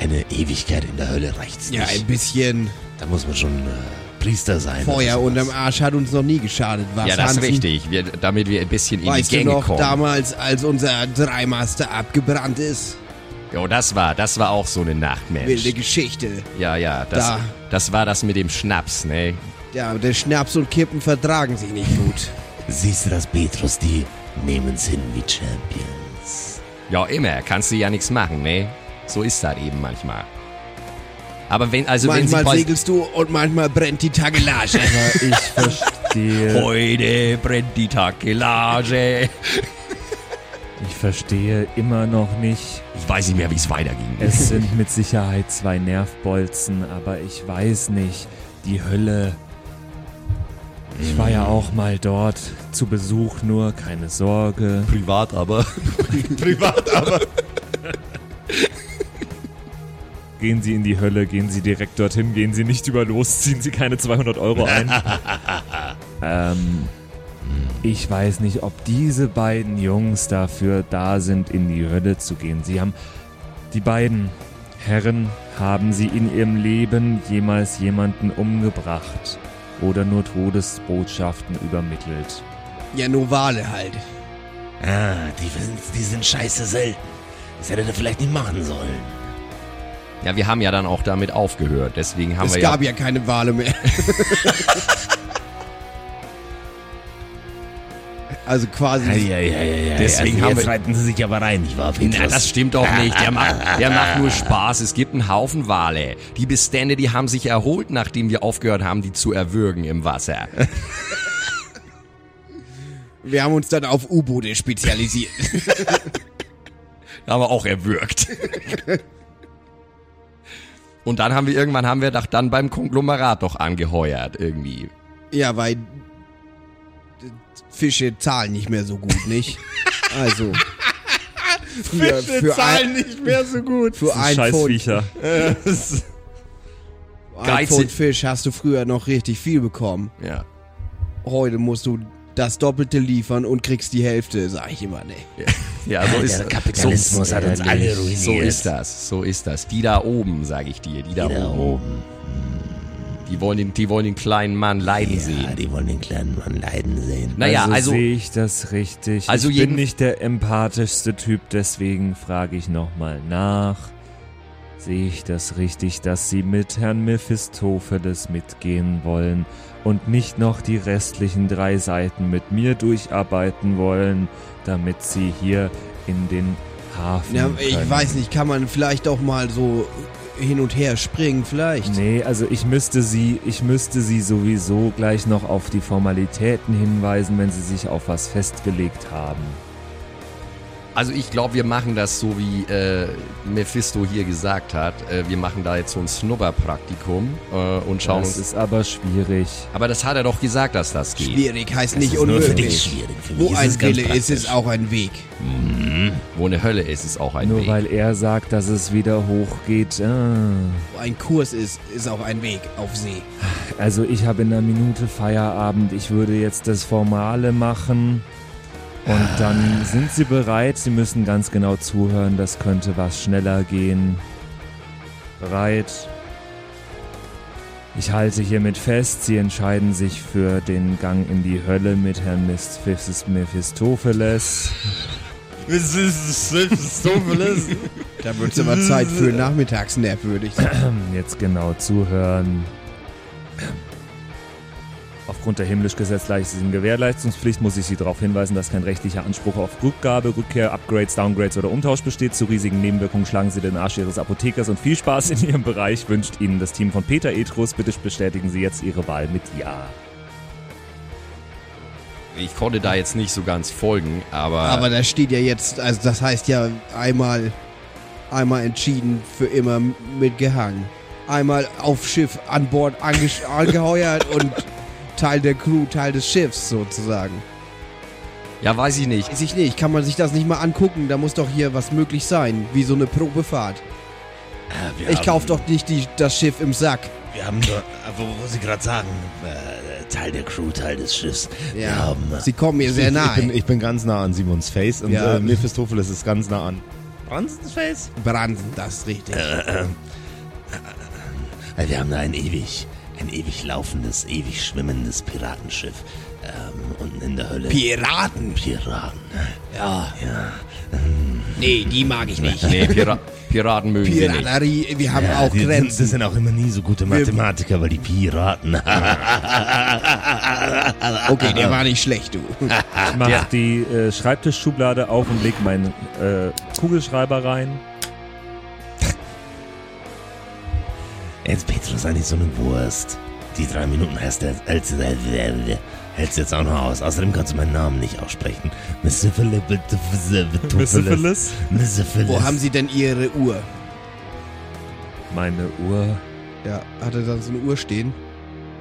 eine Ewigkeit in der Hölle reicht's Ja, nicht. ein bisschen Da muss man schon äh, Priester sein. Feuer oder sowas. unterm Arsch hat uns noch nie geschadet. Was, Ja, das ist Hansen? richtig. Wir, damit wir ein bisschen in die Weißt du Gänge noch, kommen. damals, als unser Dreimaster abgebrannt ist? Jo, das war, das war auch so eine Nacht, Mensch. Wilde Geschichte. Ja, ja, das, Da. das war das mit dem Schnaps, ne? Ja, der Schnaps und Kippen vertragen sich nicht gut. Siehst du das, Petrus? Die nehmen's hin wie Champions. Ja, immer. Kannst du ja nichts machen, ne? So ist das eben manchmal. Aber wenn, also manchmal wenn sie... segelst du und manchmal brennt die Tagelage. Aber ich verstehe, Heute brennt die Takelage. ich verstehe immer noch nicht. Ich weiß nicht mehr, wie es weiterging. Es sind mit Sicherheit zwei Nervbolzen, aber ich weiß nicht. Die Hölle. Ich war ja auch mal dort. Zu Besuch nur, keine Sorge. Privat aber. Privat aber. Gehen Sie in die Hölle, gehen Sie direkt dorthin, gehen Sie nicht über los, ziehen Sie keine 200 Euro ein. ähm, ich weiß nicht, ob diese beiden Jungs dafür da sind, in die Hölle zu gehen. Sie haben, die beiden Herren, haben sie in ihrem Leben jemals jemanden umgebracht oder nur Todesbotschaften übermittelt? ja, Novale halt. Ah, die, sind- die sind scheiße selten. Das hätte er vielleicht nicht machen sollen. Ja, wir haben ja dann auch damit aufgehört. Deswegen haben es wir ja gab ja keine Wale mehr. also quasi. Ja, ja, ja, ja. Deswegen haben Also jetzt wir- reiten sie sich aber rein, ich war Petrus. Na, das stimmt doch nicht. Der macht, der macht nur Spaß. Es gibt einen Haufen Wale. Die Bestände, die haben sich erholt, nachdem wir aufgehört haben, die zu erwürgen im Wasser. Wir haben uns dann auf U-Boote spezialisiert. Aber auch erwürgt. Und dann haben wir irgendwann haben wir doch dann beim Konglomerat doch angeheuert irgendwie. ja, weil Fische zahlen nicht mehr so gut, nicht? Also. Für, für ein, nicht mehr so gut. für ein Pfund, Scheißviecher. ein Geizig. Pfund Fisch hast du früher noch richtig viel bekommen. Ja. Heute musst du das Doppelte liefern und kriegst die Hälfte, sag ich immer, ne? Hm, Ja, so ist Der Kapitalismus so, hat uns alle ruiniert. So ist das. So ist das. Die da oben, sage ich dir, die da, Da oben. oben. Die wollen den die wollen den kleinen Mann leiden sehen. Ja, die wollen den kleinen Mann leiden sehen. Naja, also, sehe ich das richtig. Also ich bin jeden- nicht der empathischste Typ, deswegen frage ich nochmal nach. Sehe ich das richtig, dass Sie mit Herrn Mephistopheles mitgehen wollen und nicht noch die restlichen drei Seiten mit mir durcharbeiten wollen, damit Sie hier in den Hafen. Ja, ich können? weiß nicht, kann man vielleicht auch mal so hin und her springen, vielleicht? Nee, also ich müsste sie, ich müsste sie sowieso gleich noch auf die Formalitäten hinweisen, wenn sie sich auf was festgelegt haben. Also ich glaube, wir machen das so, wie äh, Mephisto hier gesagt hat. Äh, wir machen da jetzt so ein Snubber-Praktikum äh, und schauen das uns... ist aber schwierig. Aber das hat er doch gesagt, dass das geht. Schwierig heißt nicht nur für unmöglich. dich schwierig. Für Wo mich ein es ganz Wille ist, praktisch. ist auch ein Weg. Wo eine Hölle ist, ist auch ein Nur Weg. weil er sagt, dass es wieder hochgeht. Äh. Wo ein Kurs ist, ist auch ein Weg auf See. Also ich habe in einer Minute Feierabend. Ich würde jetzt das Formale machen. Und dann sind sie bereit. Sie müssen ganz genau zuhören. Das könnte was schneller gehen. Bereit. Ich halte hiermit fest, Sie entscheiden sich für den Gang in die Hölle mit Herrn Mephisto- Mephistopheles. Es ist Mephistopheles. Da wird es aber Zeit für einen Nachmittagsnap, würde ich sagen. Jetzt genau zuhören. Aufgrund der himmlisch gesetzlichen Gewährleistungspflicht muss ich Sie darauf hinweisen, dass kein rechtlicher Anspruch auf Rückgabe, Rückkehr, Upgrades, Downgrades oder Umtausch besteht. Zu riesigen Nebenwirkungen schlagen Sie den Arsch Ihres Apothekers und viel Spaß in Ihrem Bereich wünscht Ihnen das Team von Peter Etrus. Bitte bestätigen Sie jetzt Ihre Wahl mit Ja. Ich konnte da jetzt nicht so ganz folgen, aber... Aber da steht ja jetzt, also das heißt ja einmal, einmal entschieden, für immer mitgehangen. Einmal auf Schiff, an Bord ange- angeheuert und Teil der Crew, Teil des Schiffs sozusagen. ja, weiß ich nicht. Weiß ich nicht, kann man sich das nicht mal angucken? Da muss doch hier was möglich sein, wie so eine Probefahrt. wir Ich kauf haben- doch nicht die, das Schiff im Sack. Wir haben doch, Ah, wo, wo Sie gerade sagen, äh, Teil der Crew, Teil des Schiffs. Wir Ja, haben. sie kommen mir sehr Ich bin, nahe. ich bin ganz nah an Simons Face und Ja. äh, Mephistopheles ist ganz nah an Bransons Face. Branden, das ist richtig. Wir haben da ein ewig, ein ewig laufendes, ewig schwimmendes Piratenschiff. Ähm, unten in der Hölle. Piraten? Piraten. Ja. Nee, die mag ich nicht. Nee, Pira Piraten mögen wir nicht. Piraterie, wir haben auch die sind, Grenzen. das sind auch immer nie so gute Mathematiker, weil die Piraten. Ah, Okay, der war nicht schlecht, du. Ich mache die äh, Schreibtischschublade auf und lege meinen äh, Kugelschreiber rein. Jetzt Petrus eigentlich so eine Wurst. Die drei Minuten heißt er als hältst jetzt auch noch aus. Außerdem kannst du meinen Namen nicht aussprechen. Mr. Philipp, bitte, bitte, bitte, Mr. Philipp. Wo haben sie denn ihre Uhr? Meine Uhr. Ja, hat er da so eine Uhr stehen?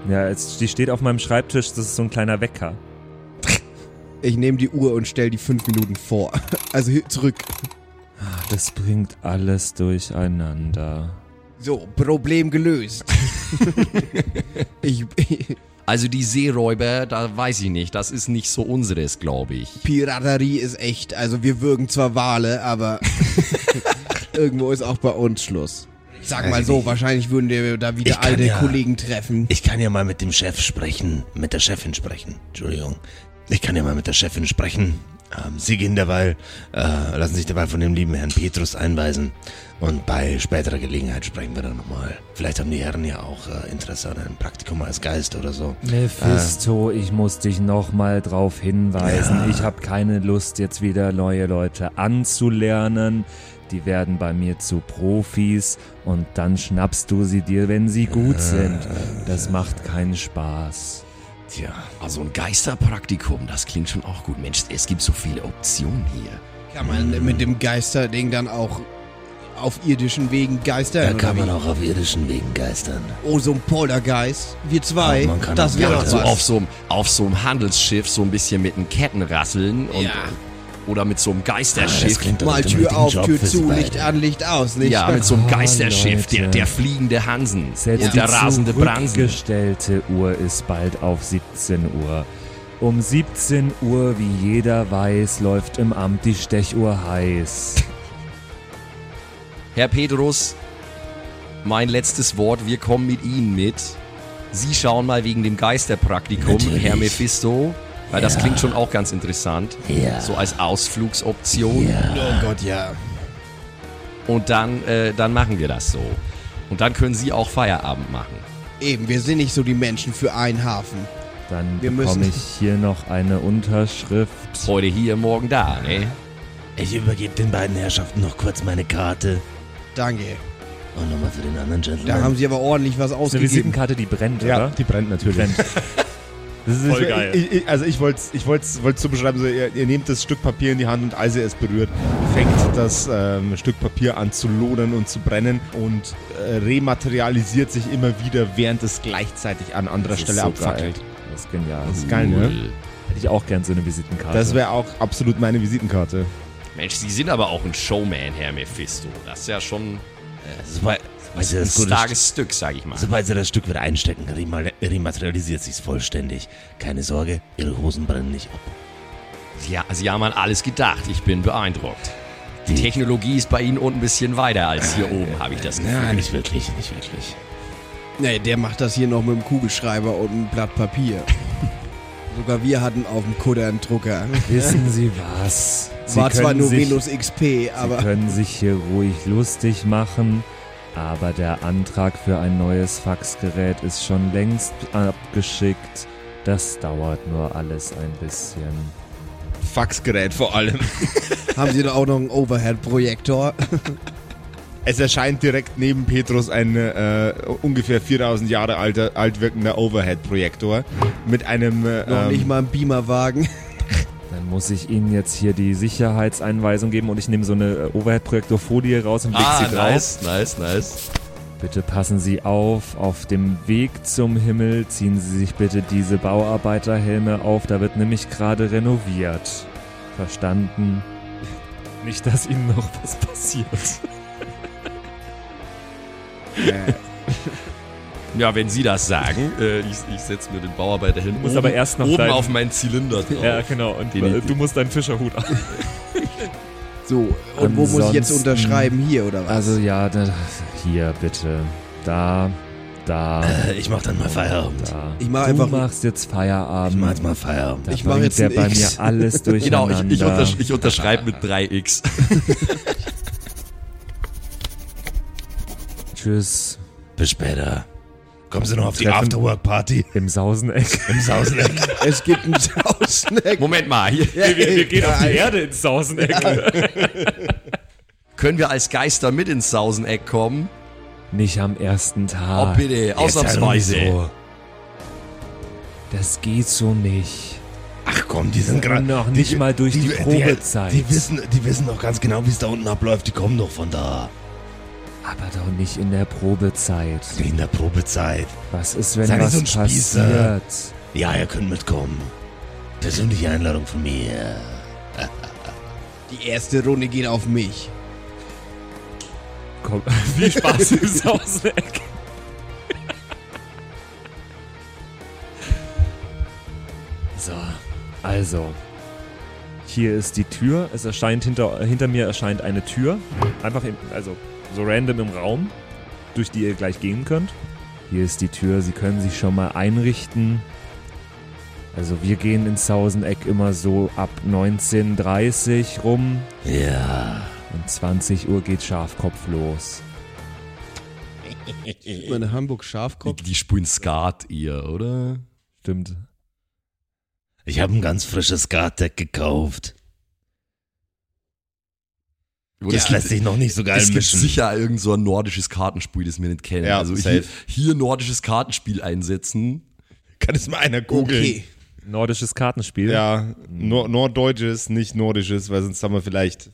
Ja, jetzt, die steht auf meinem Schreibtisch. Das ist so ein kleiner Wecker. Ich nehme die Uhr und stell die fünf Minuten vor. Also hi- zurück. Das bringt alles durcheinander. So, Problem gelöst. ich, Also die Seeräuber, da weiß ich nicht. Das ist nicht so unseres, glaube ich. Piraterie ist echt. Also wir würgen zwar Wale, aber irgendwo ist auch bei uns Schluss. Ich sag mal so, wahrscheinlich würden wir da Ich wieder kann alte ja- Kollegen treffen. Ich kann ja mal mit dem Chef sprechen, mit der Chefin sprechen. Entschuldigung. Ich kann ja mal mit der Chefin sprechen. Ähm, Sie gehen derweil, äh, lassen sich derweil von dem lieben Herrn Petrus einweisen. Und bei späterer Gelegenheit sprechen wir dann nochmal. Vielleicht haben die Herren ja auch äh, Interesse an einem Praktikum als Geist oder so. Mephisto, ich muss dich nochmal drauf hinweisen. Ich habe keine Lust, jetzt wieder neue Leute anzulernen. Die werden bei mir zu Profis und dann schnappst du sie dir, wenn sie gut sind. Das macht keinen Spaß. Tja, also ein Geisterpraktikum, das klingt schon auch gut. Mensch, es gibt so viele Optionen hier. Kann man mit dem Geisterding dann auch auf irdischen Wegen geistern? Da kann oder man wie? auch auf irdischen Wegen geistern. Oh, so ein Poltergeist. Wir zwei. Oh, man kann das auch wäre gerne doch So was. auf so einem auf so einem Handelsschiff so ein bisschen mit den Ketten rasseln und Ja. oder mit so einem Das Geisterschiff. klingt doch nach Mal dem Tür richtigen auf, Job Tür für Sie zu, beide. Licht an, Licht aus, Licht ja, mit so einem Ah, Geisterschiff, der, Leute. der fliegende Hansen Selbst und der rasende die Bransen. zurückgestellte Uhr ist bald auf 17 Uhr. Um 17 Uhr, wie jeder weiß, läuft im Amt die Stechuhr heiß. Herr Petrus, mein letztes Wort, wir kommen mit Ihnen mit. Sie schauen mal wegen dem Geisterpraktikum, Natürlich. Herr Mephisto, weil das klingt schon auch ganz interessant. Ja. So als Ausflugsoption. Ja. Oh Gott, ja. Und dann, äh, dann machen wir das so. Und dann können Sie auch Feierabend machen. Eben, wir sind nicht so die Menschen für einen Hafen. Dann Wir bekomme müssen- ich hier noch eine Unterschrift. Heute hier, morgen da, ne? Ich übergebe den beiden Herrschaften noch kurz meine Karte. Danke. Und nochmal für den anderen Gentleman. Da haben sie aber ordentlich was Das ist eine ausgegeben. Visitenkarte, die brennt, Ja, oder? die brennt natürlich. Brennt. Das ist Voll ich, geil. Ich, ich, also ich wollte es ich wollt's, wollt's so beschreiben, so ihr, ihr nehmt das Stück Papier in die Hand und als ihr es berührt, fängt das ähm, Stück Papier an zu lodern und zu brennen und äh, rematerialisiert sich immer wieder, während es gleichzeitig an anderer Das ist Stelle so abfackelt. geil. Das ist genial. Das ist geil, ne? Hätte ich auch gern so eine Visitenkarte. Das wäre auch absolut meine Visitenkarte. Mensch, Sie sind aber auch ein Showman, Herr Mephisto. Das ist ja schon Sobald, sobald sie ein Also, das gute Stück, starkes Stück, sag ich mal. sobald sie das Stück wieder einstecken, remal- rematerialisiert sich's vollständig. Keine Sorge, ihre Hosen brennen nicht ab. Ja, Sie haben an alles gedacht. Ich bin beeindruckt. Hm. Die Technologie ist bei Ihnen unten ein bisschen weiter als hier oben, habe ich das Gefühl. Nein, nicht wirklich, nicht wirklich. Nee, der macht das hier noch mit dem Kugelschreiber und einem Blatt Papier. Sogar wir hatten auf dem Kutter einen Drucker. Wissen Sie was? Sie War zwar können nur sich, Windows XP, Sie aber können sich hier ruhig lustig machen, aber der Antrag für ein neues Faxgerät ist schon längst abgeschickt. Das dauert nur alles ein bisschen. Faxgerät vor allem. haben sie da auch noch einen Overhead-Projektor? Es erscheint direkt neben Petrus ein äh, ungefähr 4000 Jahre alter, alt wirkender Overhead-Projektor mit einem... Äh, Noch nicht ähm, mal einen Beamerwagen. Dann muss ich Ihnen jetzt hier die Sicherheitseinweisung geben und ich nehme so eine äh, Overhead-Projektorfolie raus und leg Ah, sie drauf. nice, nice, nice. Bitte passen Sie auf, auf dem Weg zum Himmel ziehen Sie sich bitte diese Bauarbeiterhelme auf, da wird nämlich gerade renoviert. Verstanden? Nicht, dass Ihnen noch was passiert. Ja, wenn Sie das sagen, äh, ich, ich setze mir den Bauarbeiter hin. musst aber erst noch oben deinen- auf meinen Zylinder drauf. genau. Und äh, du musst deinen Fischerhut an. So, und wo muss ich jetzt Ansonsten- unterschreiben? Hier oder was? Also ja, da, hier bitte. Da, da, Äh, Ich mach dann mal Feierabend. da. Ich mach du einfach- machst jetzt Ich mach jetzt Feierabend. mal Feierabend. Da ich mach bringt jetzt der ein bei X. mir alles Genau, durcheinander. ich, ich, untersch ich unterschreibe mit 3x. Tschüss. Bis später. Kommen Sie noch auf die Treffen- Afterwork-Party Im Sauseneck. im Sauseneck. Es gibt einen Sauschneck. Moment mal, hier gehen auf die Erde ins Sauseneck. können wir als Geister mit ins Sauseneck kommen? Nicht am ersten Oh Tag. bitte, ausnahmsweise. So. Das geht so nicht. Ach komm, die sind gerade... Äh, noch nicht mal durch die, Probezeit. Die, die, wissen, die wissen doch ganz genau, wie es da unten abläuft. Die kommen doch von da. aber doch nicht in der Probezeit. In der Probezeit. Was ist, wenn Sei nicht was so ein Spießer. passiert? Ja, ihr könnt mitkommen. Persönliche Einladung von mir. Die erste Runde geht auf mich. Komm, viel Spaß im Sauseneck. so, also. Hier ist die Tür. Es erscheint hinter, hinter mir erscheint eine Tür. Einfach im, also so random im Raum, durch die ihr gleich gehen könnt. Hier ist die Tür. Sie können sich schon mal einrichten. Also wir gehen ins Sauseneck immer so ab 19.30 rum. Ja. Um 20 Uhr geht Schafkopf los. Meine Hamburg Die, Schafkopf. die spielen Skat eher, oder? Stimmt. Ich habe ein ganz frisches Skatdeck gekauft. Das lässt sich noch nicht so geil es gibt mischen. sicher irgend so ein nordisches Kartenspiel, das wir nicht kennen. Ja, also safe. hier, hier nordisches Kartenspiel einsetzen. kann es mal einer googeln? Okay. Nordisches Kartenspiel. Ja, nor norddeutsches, nicht nordisches, weil sonst haben wir vielleicht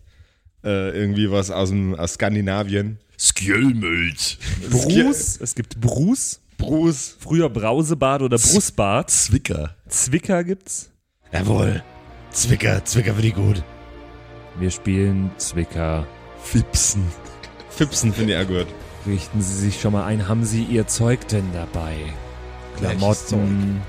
äh, irgendwie was aus, dem, aus Skandinavien. Skjölmöld. Bruce, es gibt Bruce, Bruce, früher Brausebad oder Brustbad. Zwicker. Zwicker gibt's. Jawohl. Zwicker, Zwicker für die gut. Wir spielen Zwicker. Fipsen. Fipsen finde ich auch gut. Richten Sie sich schon mal ein, haben Sie Ihr Zeug denn dabei? Klamotten.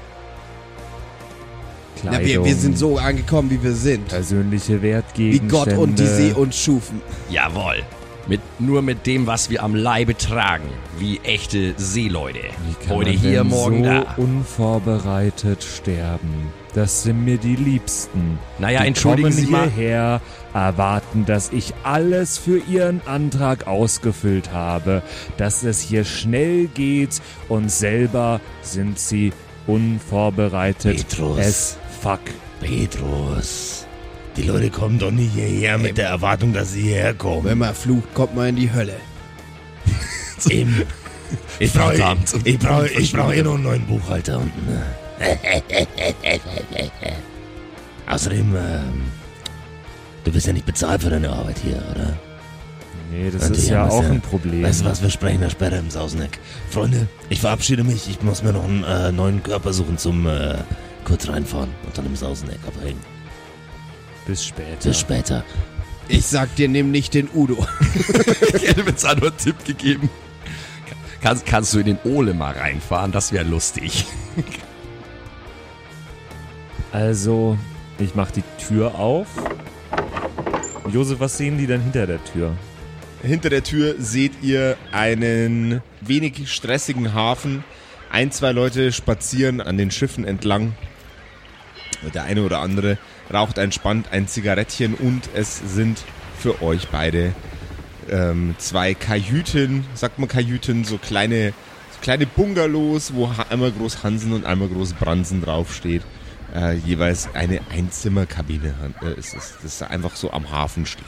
Na, Kleidung, wir, wir sind so Äh, angekommen, wie wir sind. persönliche Wie Wertgegenstände. Gott und die See uns schufen. Jawohl. Mit, nur mit dem, was wir am Leibe tragen, wie echte Seeleute. Heute hier, denn morgen so da. unvorbereitet sterben. Das sind mir die Liebsten. Naja, die entschuldigen kommen Sie mal. hierher, erwarten, dass ich alles für Ihren Antrag ausgefüllt habe, dass es hier schnell geht und selber sind Sie unvorbereitet. Petrus. Es fuck. Petrus. Die Leute kommen doch nicht hierher mit der Erwartung, dass sie hierher kommen. Wenn man flucht, kommt man in die Hölle. Eben. Ich brauche Verdammt. ich brauch, ich brauch eh noch einen neuen Buchhalter unten. Außerdem, ähm, du bist ja nicht bezahlt für deine Arbeit hier, oder? Nee, das Und ist die ja haben es auch ja- ein Problem. Weißt du was, wir sprechen da später im Sauseneck. Freunde, ich verabschiede mich. Ich muss mir noch einen äh, neuen Körper suchen zum äh, kurz reinfahren und dann im Sauseneck abhängen. Bis später. Bis später. Ich sag dir, nimm nicht den Udo. Ich hätte mir zwar nur einen Tipp gegeben. Kannst, kannst du in den Ole mal reinfahren? Das wäre lustig. Also, ich mach die Tür auf. Josef, was sehen die denn hinter der Tür? Hinter der Tür seht ihr einen wenig stressigen Hafen. Ein, zwei Leute spazieren an den Schiffen entlang. Der eine oder andere raucht entspannt ein Zigarettchen und es sind für euch beide ähm, zwei Kajüten, sagt man Kajüten, so kleine, so kleine Bungalows, wo ha- einmal groß Hansen und einmal groß Bransen draufsteht. Äh, jeweils eine Einzimmerkabine äh, ist es, das einfach so am Hafen steht.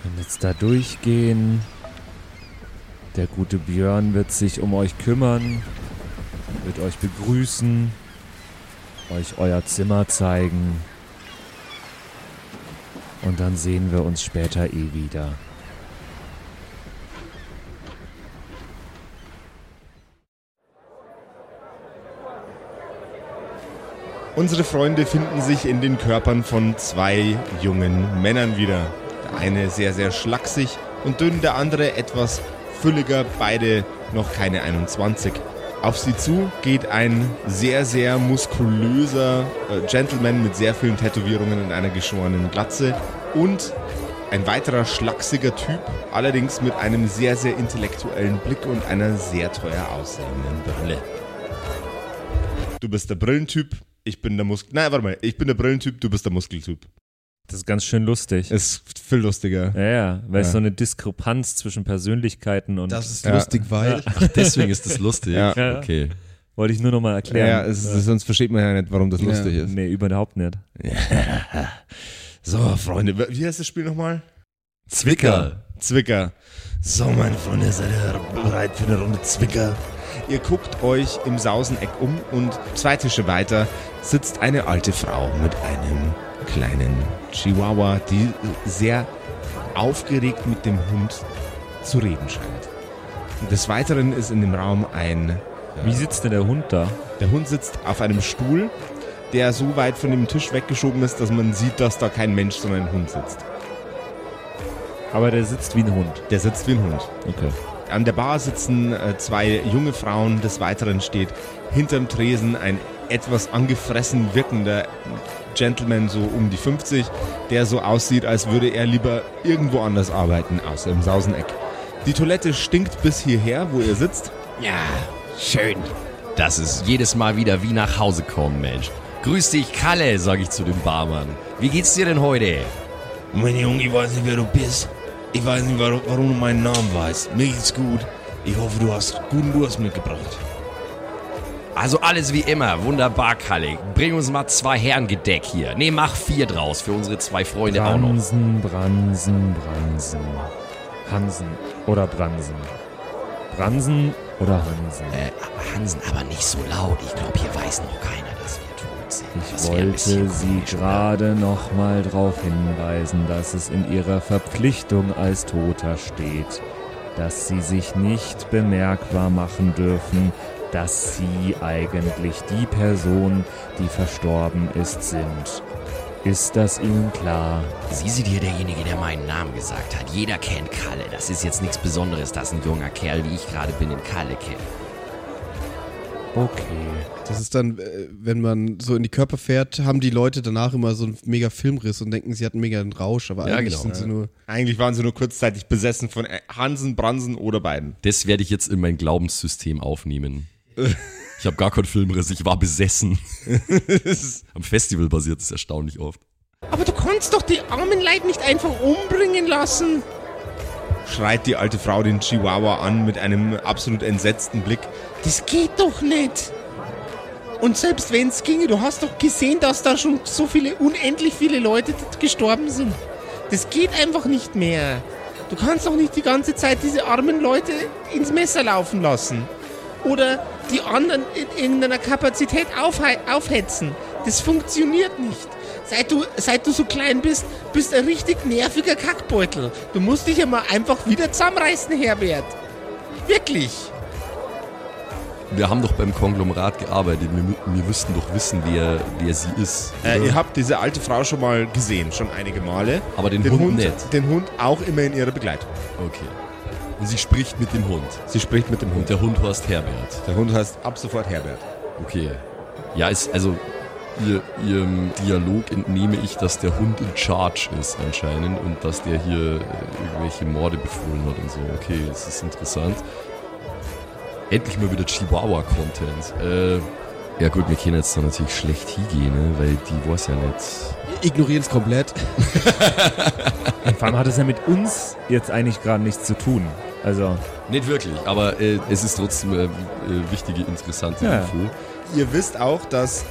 Können jetzt da durchgehen. Der gute Björn wird sich um euch kümmern, wird euch begrüßen, euch euer Zimmer zeigen. Und dann sehen wir uns später eh wieder. Unsere Freunde finden sich in den Körpern von zwei jungen Männern wieder. Der eine sehr, sehr schlaksig und dünn, der andere etwas fülliger, beide noch keine 21. Auf sie zu geht ein sehr, sehr muskulöser äh, Gentleman mit sehr vielen Tätowierungen und einer geschorenen Glatze und ein weiterer schlaksiger Typ, allerdings mit einem sehr, sehr intellektuellen Blick und einer sehr teuer aussehenden Brille. Du bist der Brillentyp, ich bin der Muskel. Nein, warte mal, ich bin der Brillentyp, du bist der Muskeltyp. Das ist ganz schön lustig. Ist viel lustiger. Ja, ja, weil es Ja. so eine Diskrepanz zwischen Persönlichkeiten und Das ist Ja. lustig, weil. Ach, deswegen ist das lustig. Ja. Ja. Okay. wollte ich nur nochmal Ja, ja erklären. es, sonst versteht man ja nicht, warum das lustig ist. nee, überhaupt nicht. So, Freunde, w- wie heißt das Spiel nochmal? Zwicker. Zwicker. So, meine Freunde, seid ihr bereit für eine Runde Zwicker? Ihr guckt euch im Sauseneck um und zwei Tische weiter sitzt eine alte Frau mit einem kleinen Chihuahua, die sehr aufgeregt mit dem Hund zu reden scheint. Des Weiteren ist in dem Raum ein Wie sitzt denn der Hund da? Der Hund sitzt auf einem Stuhl, der so weit von dem Tisch weggeschoben ist, dass man sieht, dass da kein Mensch, sondern ein Hund sitzt. Aber der sitzt wie ein Hund. Der sitzt wie ein Hund. Okay. An der Bar sitzen äh, zwei junge Frauen, des Weiteren steht hinterm Tresen ein etwas angefressen wirkender Gentleman, so um die 50, der so aussieht, als würde er lieber irgendwo anders arbeiten, außer im Sauseneck. Die Toilette stinkt bis hierher, wo ihr sitzt. Ja, schön. Das ist jedes Mal wieder wie nach Hause kommen, Mensch. Grüß dich, Kalle, sag ich zu dem Barmann. Wie geht's dir denn heute? Mein Junge, ich weiß nicht, wer du bist. Ich weiß nicht, warum, warum du meinen Namen weißt. Mir geht's gut. Ich hoffe, du hast guten Durst mitgebracht. Also alles wie immer, wunderbar, Kalle. Bring uns mal zwei Herrengedeck hier. Nee, mach vier draus für unsere zwei Freunde auch noch. Bransen, Bransen, Bransen. Hansen oder Bransen. Bransen oder Hansen. Äh, Hansen, aber nicht so laut. Ich glaube, hier weiß noch keiner, dass wir tot sind. Ich Das wär ein wollte bisschen Sie komisch, ne? oder? gerade noch mal darauf hinweisen, dass es in Ihrer Verpflichtung als Toter steht, dass Sie sich nicht bemerkbar machen dürfen, dass Sie eigentlich die Person, die verstorben ist, sind. Ist das Ihnen klar? Sie sind hier derjenige, der meinen Namen gesagt hat. Jeder kennt Kalle. Das ist jetzt nichts Besonderes, dass ein junger Kerl wie ich gerade bin den Kalle kennt. Okay. Das ist dann, äh, wenn man so in die Körper fährt, haben die Leute danach immer so einen mega Filmriss und denken, sie hatten mega einen Rausch, aber Ja, eigentlich genau. sind sie nur. Eigentlich waren sie nur kurzzeitig besessen von Hansen, Bransen oder beiden. Das werde ich jetzt in mein Glaubenssystem aufnehmen. Ich habe gar keinen Filmriss, ich war besessen. Am Festival basiert es erstaunlich oft. Aber du kannst doch die armen Leute nicht einfach umbringen lassen. Schreit die alte Frau den Chihuahua an mit einem absolut entsetzten Blick. Das geht doch nicht. Und selbst wenn es ginge, du hast doch gesehen, dass da schon so viele, unendlich viele Leute d- gestorben sind. Das geht einfach nicht mehr. Du kannst doch nicht die ganze Zeit diese armen Leute ins Messer laufen lassen. Oder die anderen in irgendeiner Kapazität aufhe aufhetzen. Das funktioniert nicht. Seit du, seit du so klein bist, bist du ein richtig nerviger Kackbeutel. Du musst dich ja mal einfach wieder zusammenreißen, Herbert. Wirklich. Wir haben doch beim Konglomerat gearbeitet. Wir, mü- wir müssten doch wissen, wer, wer sie ist. Äh, oder? ihr habt diese alte Frau schon mal gesehen, schon einige Male. Aber den Hund nicht. Den Hund auch immer in ihrer Begleitung. Okay. Und sie spricht mit dem Hund. Sie spricht mit dem Und Hund. der Hund heißt Herbert. Der Hund heißt ab sofort Herbert. Okay. Ja, ist also ihr, ihrem Dialog entnehme ich, dass der Hund in Charge ist anscheinend und dass der hier äh, irgendwelche Morde befohlen hat und so. Okay, das ist interessant. Endlich mal wieder Chihuahua-Content. Äh, ja gut, wir können jetzt da natürlich schlecht hingehen, ne? weil die weiß ja nicht. Ignorieren es komplett. Vor allem hat es ja mit uns jetzt eigentlich gerade nichts zu tun. Also, Nicht wirklich, aber äh, es ist trotzdem äh, äh, wichtige, interessante Ja. Info. Ihr wisst auch, dass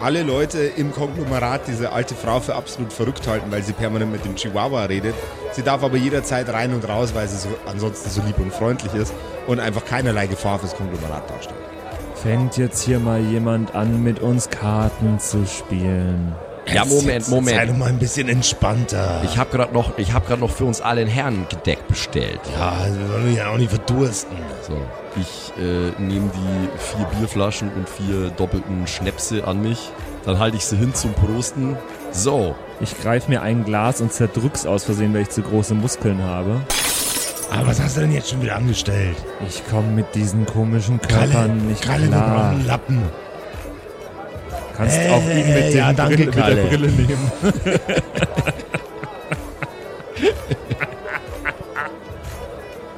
alle Leute im Konglomerat diese alte Frau für absolut verrückt halten, weil sie permanent mit dem Chihuahua redet. Sie darf aber jederzeit rein und raus, weil sie so, ansonsten so lieb und freundlich ist und einfach keinerlei Gefahr fürs Konglomerat darstellt. fängt jetzt hier mal jemand an, mit uns Karten zu spielen? Ja, Moment, Sei doch Moment. mal ein bisschen entspannter. Ich habe gerade noch, ich hab grad noch für uns alle ein Herrengedeck bestellt. Ja, wir wollen mich ja auch nicht verdursten. So, ich äh, nehme die vier Bierflaschen und vier doppelten Schnäpse an mich. Dann halte ich sie hin zum Prosten. So, Ich greife mir ein Glas und zerdrück's aus Versehen, weil ich zu große Muskeln habe. Aber was hast du denn jetzt schon wieder angestellt? Ich komme mit diesen komischen Körpern nicht Kalle, wir brauchen klar. einen Lappen. Kannst auch ihn mit, Äh, dem ja, danke, Brille, mit der Kalle. Brille nehmen.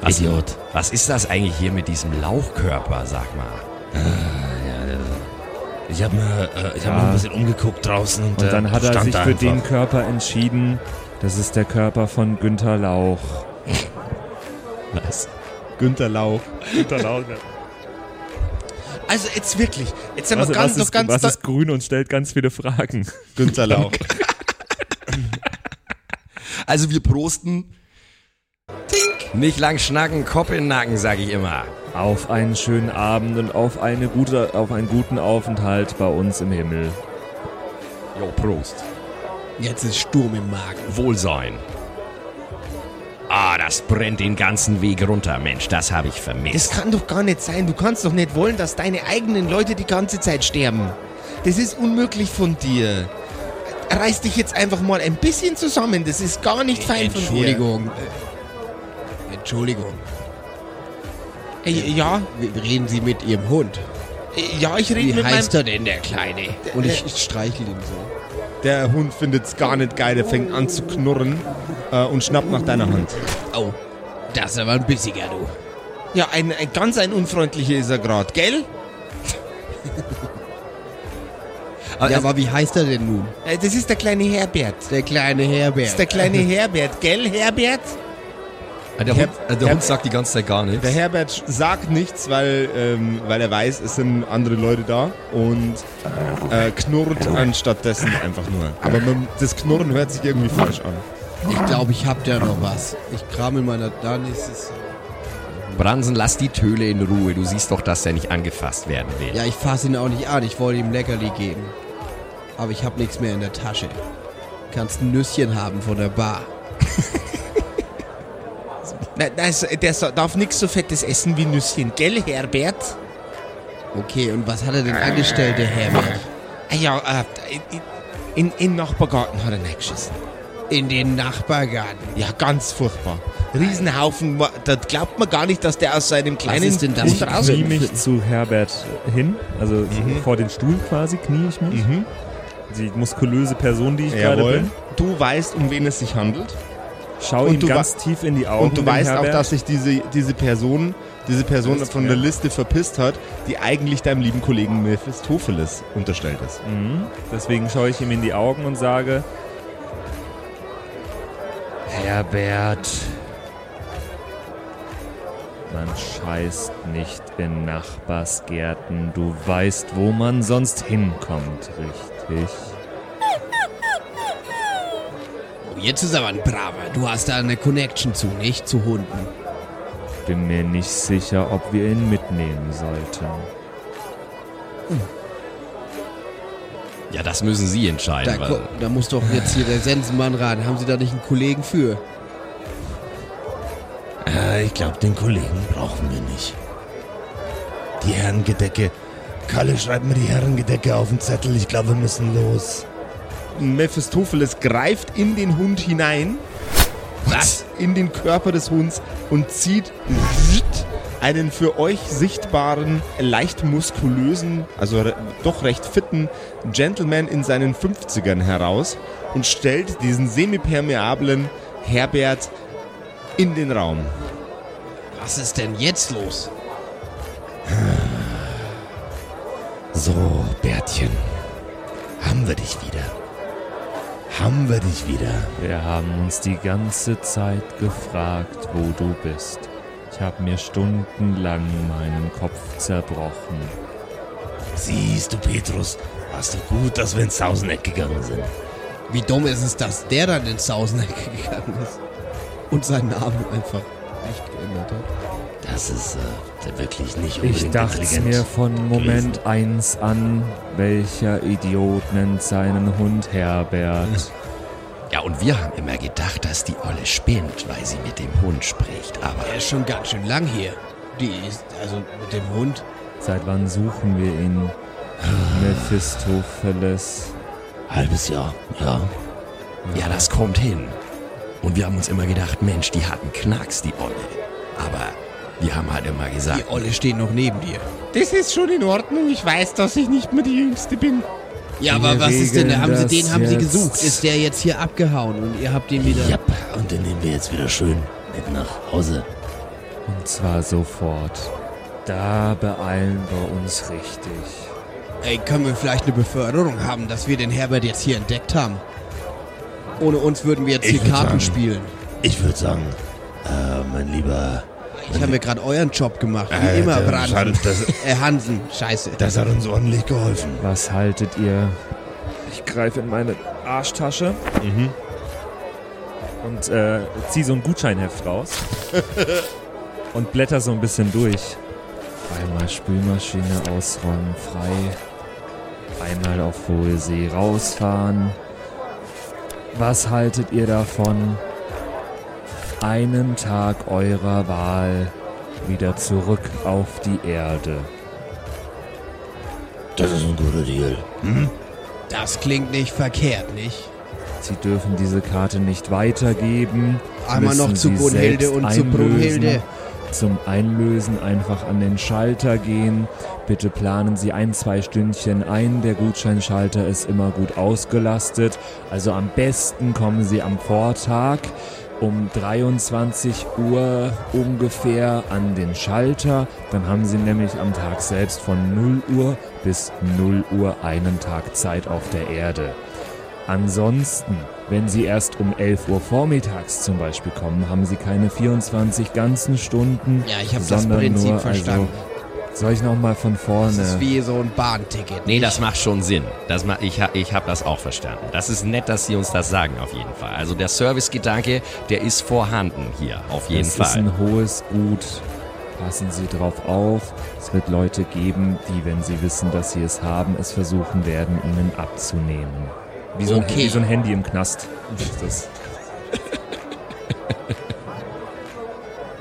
was, Idiot. Was ist das eigentlich hier mit diesem Lauchkörper, sag mal? Ah, Ich habe mir, äh, ich Ja. hab mir ein bisschen umgeguckt draußen und, Und dann hat er stand sich da für einfach. den Körper entschieden. Das ist der Körper von Günther Lauch. Was? Günter Lauch. Günther Lauch. Also jetzt wirklich, jetzt sind Was, wir Also, was, ganz, ist, doch ganz was ist grün und stellt ganz viele Fragen? Günter Lauch. Also wir prosten. Nicht lang schnacken, Kopf in den Nacken, sag ich immer. Auf einen schönen Abend und auf, eine gute, auf einen guten Aufenthalt bei uns im Himmel. Jo, Prost. Jetzt ist Sturm im Magen. Wohlsein. Ah, das brennt den ganzen Weg runter, Mensch, das habe ich vermisst. Das kann doch gar nicht sein. Du kannst doch nicht wollen, dass deine eigenen Leute die ganze Zeit sterben. Das ist unmöglich von dir. Reiß dich jetzt einfach mal ein bisschen zusammen. Das ist gar nicht fein von dir. Entschuldigung. Äh, Entschuldigung. Äh, ja, Wie- Reden Sie mit Ihrem Hund. äh, ja, ich rede Wie mit meinem... heißt er denn, der Kleine? Und ich, ich streichle ihn so. Der Hund findet's gar nicht geil, der fängt an zu knurren äh, und schnappt nach deiner Hand. Oh, das ist aber ein bissiger, du. Ja, ein, ein ganz ein unfreundlicher ist er gerade, gell? ja, Ah, aber wie heißt er denn nun? Äh, das ist der kleine Herbert. Das Der kleine Herbert. ist der kleine Herbert, gell, Herbert? Der, Hund, äh, der Hund sagt die ganze Zeit gar nichts. Der Herbert sch- sagt nichts, weil, ähm, weil er weiß, es sind andere Leute da und äh, knurrt anstattdessen einfach nur. Aber man, das Knurren hört sich irgendwie falsch an. ich glaube, ich hab da noch was. Ich kram in meiner. Dann ist es. Bransen, lass die Töle in Ruhe. Du siehst doch, dass der nicht angefasst werden will. Ja, ich fasse ihn auch nicht an. Ich wollte ihm Leckerli geben. Aber ich hab nichts mehr in der Tasche. Kannst ein Nüsschen haben von der Bar. Nein, nein, so- der so- darf nichts so fettes essen wie Nüsschen, gell, Herbert? Okay, und was hat er denn angestellt, der Herbert? Ah Ja, äh, in, in, in den Nachbargarten hat er reingeschissen. in den Nachbargarten. Ja, ganz furchtbar. Riesenhaufen, ma- da glaubt man gar nicht, dass der aus seinem kleinen ist denn das Mund für ein raus- knie mich zu Herbert hin, also Mhm. vor den Stuhl quasi knie ich mich. Die muskulöse Person, die ich gerade Jawohl. bin. Du weißt, um wen es sich handelt. Schau Und ihm du ganz tief in die Augen. Und du dem weißt auch, Herbert. dass sich diese, diese Person, diese Person von der Liste verpisst hat, die eigentlich deinem lieben Kollegen Mephistopheles unterstellt ist. Mhm. Deswegen schaue ich ihm in die Augen und sage: Herbert, man scheißt nicht in Nachbarsgärten. Du weißt, wo man sonst hinkommt, richtig? Oh, jetzt ist aber ein braver. Du hast da eine Connection zu, nicht? Zu Hunden. Bin mir nicht sicher, ob wir ihn mitnehmen sollten. Ja, das müssen Sie Da, entscheiden. ko- Weil da muss doch jetzt hier der Sensenmann ran. Haben Sie da nicht einen Kollegen für? Äh, ich glaube, den Kollegen brauchen wir nicht. Die Herrengedecke. Kalle, schreib mir die Herrengedecke auf den Zettel. Ich glaube, wir müssen los. Mephistopheles greift in den Hund hinein, Was? in den Körper des Hunds und zieht einen für euch sichtbaren, leicht muskulösen, also re doch recht fitten Gentleman in seinen 50ern heraus und stellt diesen semipermeablen Herbert in den Raum. Was ist denn jetzt los? So, Bärtchen. Haben wir dich wieder. Haben wir dich wieder. Wir haben uns die ganze Zeit gefragt, wo du bist. Ich habe mir stundenlang meinen Kopf zerbrochen. Siehst du, Petrus, warst du gut, dass wir ins Sauseneck gegangen sind. Wie dumm ist es, dass der dann ins Sauseneck gegangen ist? Und seinen Namen einfach nicht geändert hat. Das ist äh, wirklich nicht unbedingt Ich dachte intelligent. mir von Moment eins an, welcher Idiot nennt seinen Hund Herbert. ja, und wir haben immer gedacht, dass die Olle spinnt, weil sie mit dem Hund spricht. Aber Der ist schon ganz schön lang hier. Die ist, also mit dem Hund. Seit wann suchen wir ihn? Mephistopheles. Halbes Jahr, ja. ja, das kommt hin. Und wir haben uns immer gedacht, Mensch, die hatten Knacks, die Olle. Aber wir haben halt immer Die gesagt, Olle steht noch neben dir. Das ist schon in Ordnung. Ich weiß, dass ich nicht mehr die Jüngste bin. Ja, aber Wir was ist denn? da? Haben sie regeln den das haben sie jetzt. gesucht? Ist der jetzt hier abgehauen und ihr habt ihn wieder? Ja, und den nehmen wir jetzt wieder schön mit nach Hause. Und zwar sofort. Da beeilen wir uns richtig. Ey, können wir vielleicht eine Beförderung haben, dass wir den Herbert jetzt hier entdeckt haben? Ohne uns würden wir jetzt Ich hier würd Karten sagen, spielen. Ich würde sagen, äh, mein lieber... Ich habe mir gerade euren Job gemacht. Wie Alter, immer, das Bransen. hat- das- äh, Hansen, scheiße. Das hat uns ordentlich geholfen. Was haltet ihr? Ich greife in meine Arschtasche und äh, ziehe so ein Gutscheinheft raus und blätter so ein bisschen durch. Einmal Spülmaschine ausräumen, frei. Einmal auf hohe See rausfahren. Was haltet ihr davon? Einen Tag eurer Wahl wieder zurück auf die Erde. Das ist ein guter Deal. Das klingt nicht verkehrt, nicht? Sie dürfen diese Karte nicht weitergeben. Einmal noch zu Müssen Sie Brunhilde selbst und zu Brunhilde. einlösen. Zum Einlösen einfach an den Schalter gehen. Bitte planen Sie ein, zwei Stündchen ein. Der Gutscheinschalter ist immer gut ausgelastet. Also am besten kommen Sie am Vortag um 23 Uhr ungefähr an den Schalter. Dann haben Sie nämlich am Tag selbst von 0 Uhr bis 0 Uhr einen Tag Zeit auf der Erde. Ansonsten, wenn Sie erst um 11 Uhr vormittags zum Beispiel kommen, haben Sie keine 24 ganzen Stunden. Ja, ich hab das sondern Prinzip nur, verstanden. Also, ne. soll ich nochmal von vorne? Das ist wie so ein Bahnticket. nee, das macht schon Sinn. Das ma ich ha ich habe das auch verstanden. Das ist nett, dass Sie uns das sagen, auf jeden Fall. Also der Servicegedanke, der ist vorhanden hier, auf jeden es ist Fall. ein hohes Gut. Passen Sie drauf auf. Es wird Leute geben, die, wenn sie wissen, dass sie es haben, es versuchen werden, ihnen abzunehmen. Wie so ein, Okay. wie so ein Handy im Knast. Das ist das.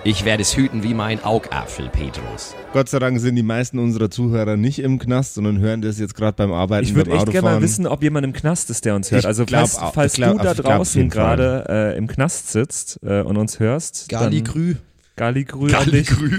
Ich werde es hüten wie mein Augapfel, Petrus. Gott sei Dank sind die meisten unserer Zuhörer nicht im Knast, sondern hören das jetzt gerade beim Arbeiten, Ich würde beim echt gerne mal Autofahren. wissen, ob jemand im Knast ist, der uns hört. Ich Also glaub falls, auch. falls Ich glaub- du da ich glaub auf draußen jeden Fall. gerade äh, im Knast sitzt äh, und uns hörst, Gali dann Grü. Galigrü an Gali dich. Grü.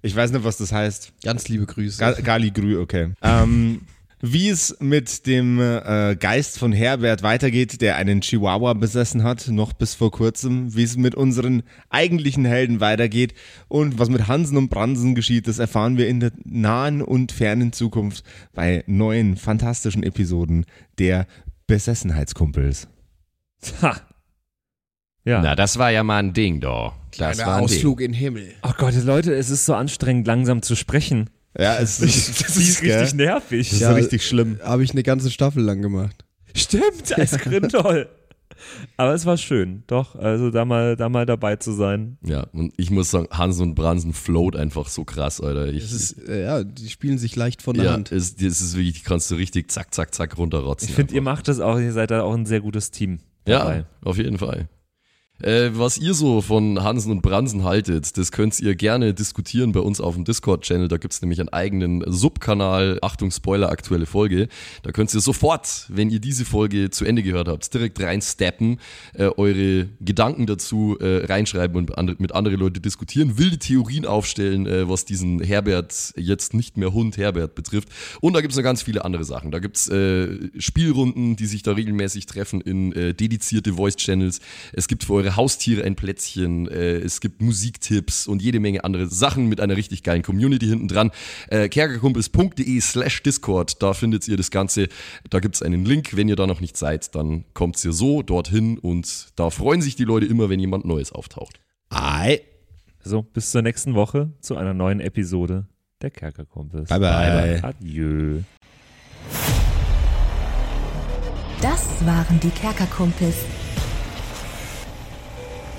Ich weiß nicht, was das heißt. Ganz liebe Grüße. Ga Galigrü, okay. Ähm, wie es mit dem äh, Geist von Herbert weitergeht, der einen Chihuahua besessen hat, noch bis vor kurzem, wie es mit unseren eigentlichen Helden weitergeht und was mit Hansen und Bransen geschieht, das erfahren wir in der nahen und fernen Zukunft bei neuen fantastischen Episoden der Besessenheitskumpels. Ha. Ja. Na, das war ja mal ein Ding, doch. Das Kleiner war ein Ding. Ausflug in den Himmel. Oh Gott, Leute, es ist so anstrengend, langsam zu sprechen. Ja, es ist, Das ist gell? richtig nervig. Das ist Ja. richtig schlimm. Habe ich eine ganze Staffel lang gemacht. Stimmt, als Grindol. Aber es war schön, doch. Also da mal, da mal dabei zu sein. Ja, und ich muss sagen, Hansen und Bransen float einfach so krass, Alter. Ich, Das ist, äh, ja, die spielen sich leicht von der ja, Hand. es, das ist wirklich, die kannst du richtig zack, zack, zack runterrotzen. Ich finde, ihr macht das auch, ihr seid da auch ein sehr gutes Team. Ja, dabei. auf jeden Fall. Äh, was ihr so von Hansen und Bransen haltet, das könnt ihr gerne diskutieren bei uns auf dem Discord-Channel. Da gibt's nämlich einen eigenen Subkanal. Achtung, Spoiler, aktuelle Folge. Da könnt ihr sofort, wenn ihr diese Folge zu Ende gehört habt, direkt reinsteppen, äh, eure Gedanken dazu äh, reinschreiben und andre, mit anderen Leuten diskutieren, wilde Theorien aufstellen, äh, was diesen Herbert, jetzt nicht mehr Hund Herbert betrifft. Und da gibt's noch ganz viele andere Sachen. Da gibt's äh, Spielrunden, die sich da regelmäßig treffen in äh, dedizierte Voice-Channels. Es gibt für eure Haustiere ein Plätzchen. Äh, es gibt Musiktipps und jede Menge andere Sachen mit einer richtig geilen Community hinten dran. Äh, kerkerkumpels.de slash Discord, da findet ihr das Ganze. Da gibt's einen Link. Wenn ihr da noch nicht seid, dann kommt's ihr so dorthin und da freuen sich die Leute immer, wenn jemand Neues auftaucht. Ei. So, bis zur nächsten Woche zu einer neuen Episode der Kerkerkumpels. Bye, bye. Adieu. Das waren die Kerkerkumpels.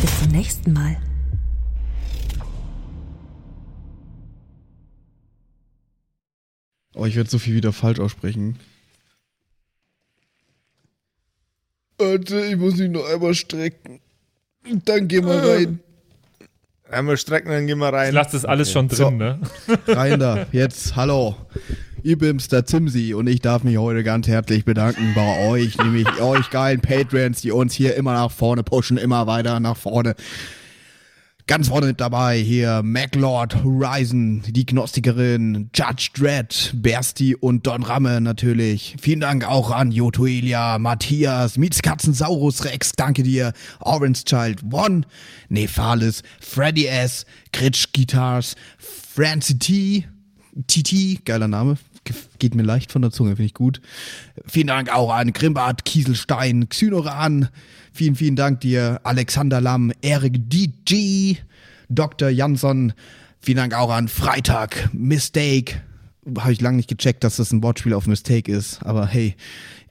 Bis zum nächsten Mal. Oh, ich werde so viel wieder falsch aussprechen. Warte, ich muss mich noch einmal strecken. Dann gehen Ah. wir rein. Einmal strecken, dann gehen wir rein. das alles schon drin, ne? Rein da, jetzt, hallo. Ich bin's, der Zimsi, und ich darf mich heute ganz herzlich bedanken bei euch, nämlich euch geilen Patrons, die uns hier immer nach vorne pushen, immer weiter nach vorne. Ganz vorne mit dabei hier MacLord, Horizon, die Gnostikerin, Judge Dredd, Bersti und Don Ramme natürlich. Vielen Dank auch an Jotuelia, Matthias, Mietskatzensaurus Rex, danke dir, Orange Child One, Nephalis, Freddy S., Gritsch Guitars, Francie T., TT, geiler Name, ge- geht mir leicht von der Zunge, finde ich gut. Vielen Dank auch an Grimbart, Kieselstein, Xynoran. Vielen, vielen Dank dir, Alexander Lamm, Erik DG, Dr. Jansson. Vielen Dank auch an Freitag, Mistake. Habe ich lange nicht gecheckt, dass das ein Wortspiel auf Mistake ist, aber hey.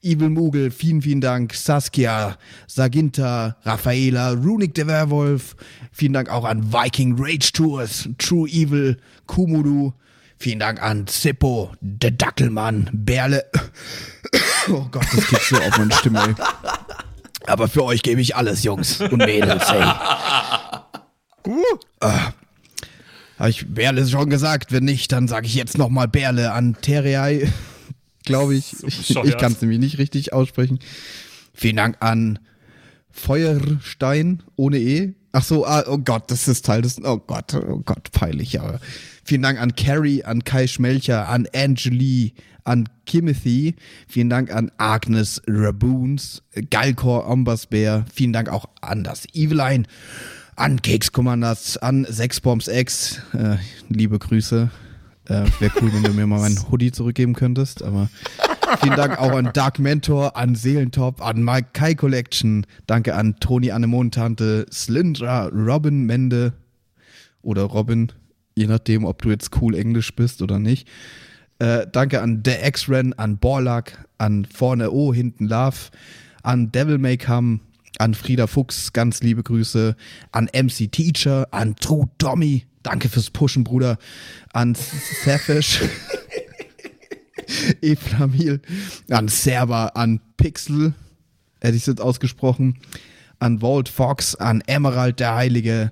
Evil Mugel, vielen, vielen Dank. Saskia, Saginta, Raffaela, Runic der Werwolf. Vielen Dank auch an Viking Rage Tours, True Evil, Kumudu. Vielen Dank an Zippo, der Dackelmann, Berle. Oh Gott, das geht so auf meine Stimme, ey. Aber für euch gebe ich alles, Jungs und Mädels, ey. Ah. Habe ich Berle schon gesagt? Wenn nicht, dann sage ich jetzt nochmal Berle an Terrei. Glaube ich. ich. Ich kann es nämlich nicht richtig aussprechen. Vielen Dank an Feuerstein ohne E. Ach so, ah, oh Gott, das ist Teil des. Oh Gott, oh Gott, peinlich, aber. Vielen Dank an Carrie, an Kai Schmelcher, an Angelie, an Kimothy. Vielen Dank an Agnes Raboons, Galkor Ombasbär. Vielen Dank auch an das Eveline, an Kekskommandas, an Sexbombs X. Äh, liebe Grüße. Äh, Wäre cool, wenn du mir mal meinen Hoodie zurückgeben könntest, aber Vielen Dank auch an Dark Mentor, an Seelentop, an Mike Kai Collection. Danke an Toni Annemontante, Slyndra, Robin Mende oder Robin, je nachdem, ob du jetzt cool Englisch bist oder nicht. Äh, danke an The X-Ren, an Borlak, an Vorne O, hinten Love, an Devil May Come, an Frieda Fuchs, ganz liebe Grüße, an MC Teacher, an True Tommy, danke fürs Pushen, Bruder, an Safish, Eflamil, an Server, an Pixel, hätte ich es jetzt ausgesprochen, an Walt Fox, an Emerald der Heilige,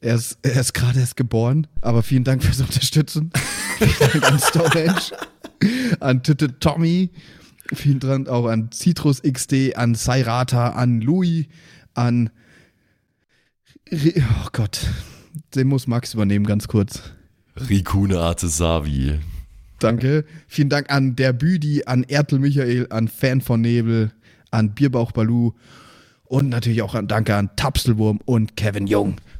Er ist, er ist gerade erst geboren, aber vielen Dank fürs Unterstützen. vielen Dank an Storage, an Tüte Tommy, vielen Dank auch an Citrus XD, an Sairata, an Louis, an. Ri- Oh Gott, den muss Max übernehmen, ganz kurz. Rikune Artesavi. Danke. Vielen Dank an der Büdi, an Ertel Michael, an Fan von Nebel, an Bierbauch Balu und natürlich auch an Danke an Tapselwurm und Kevin Jung.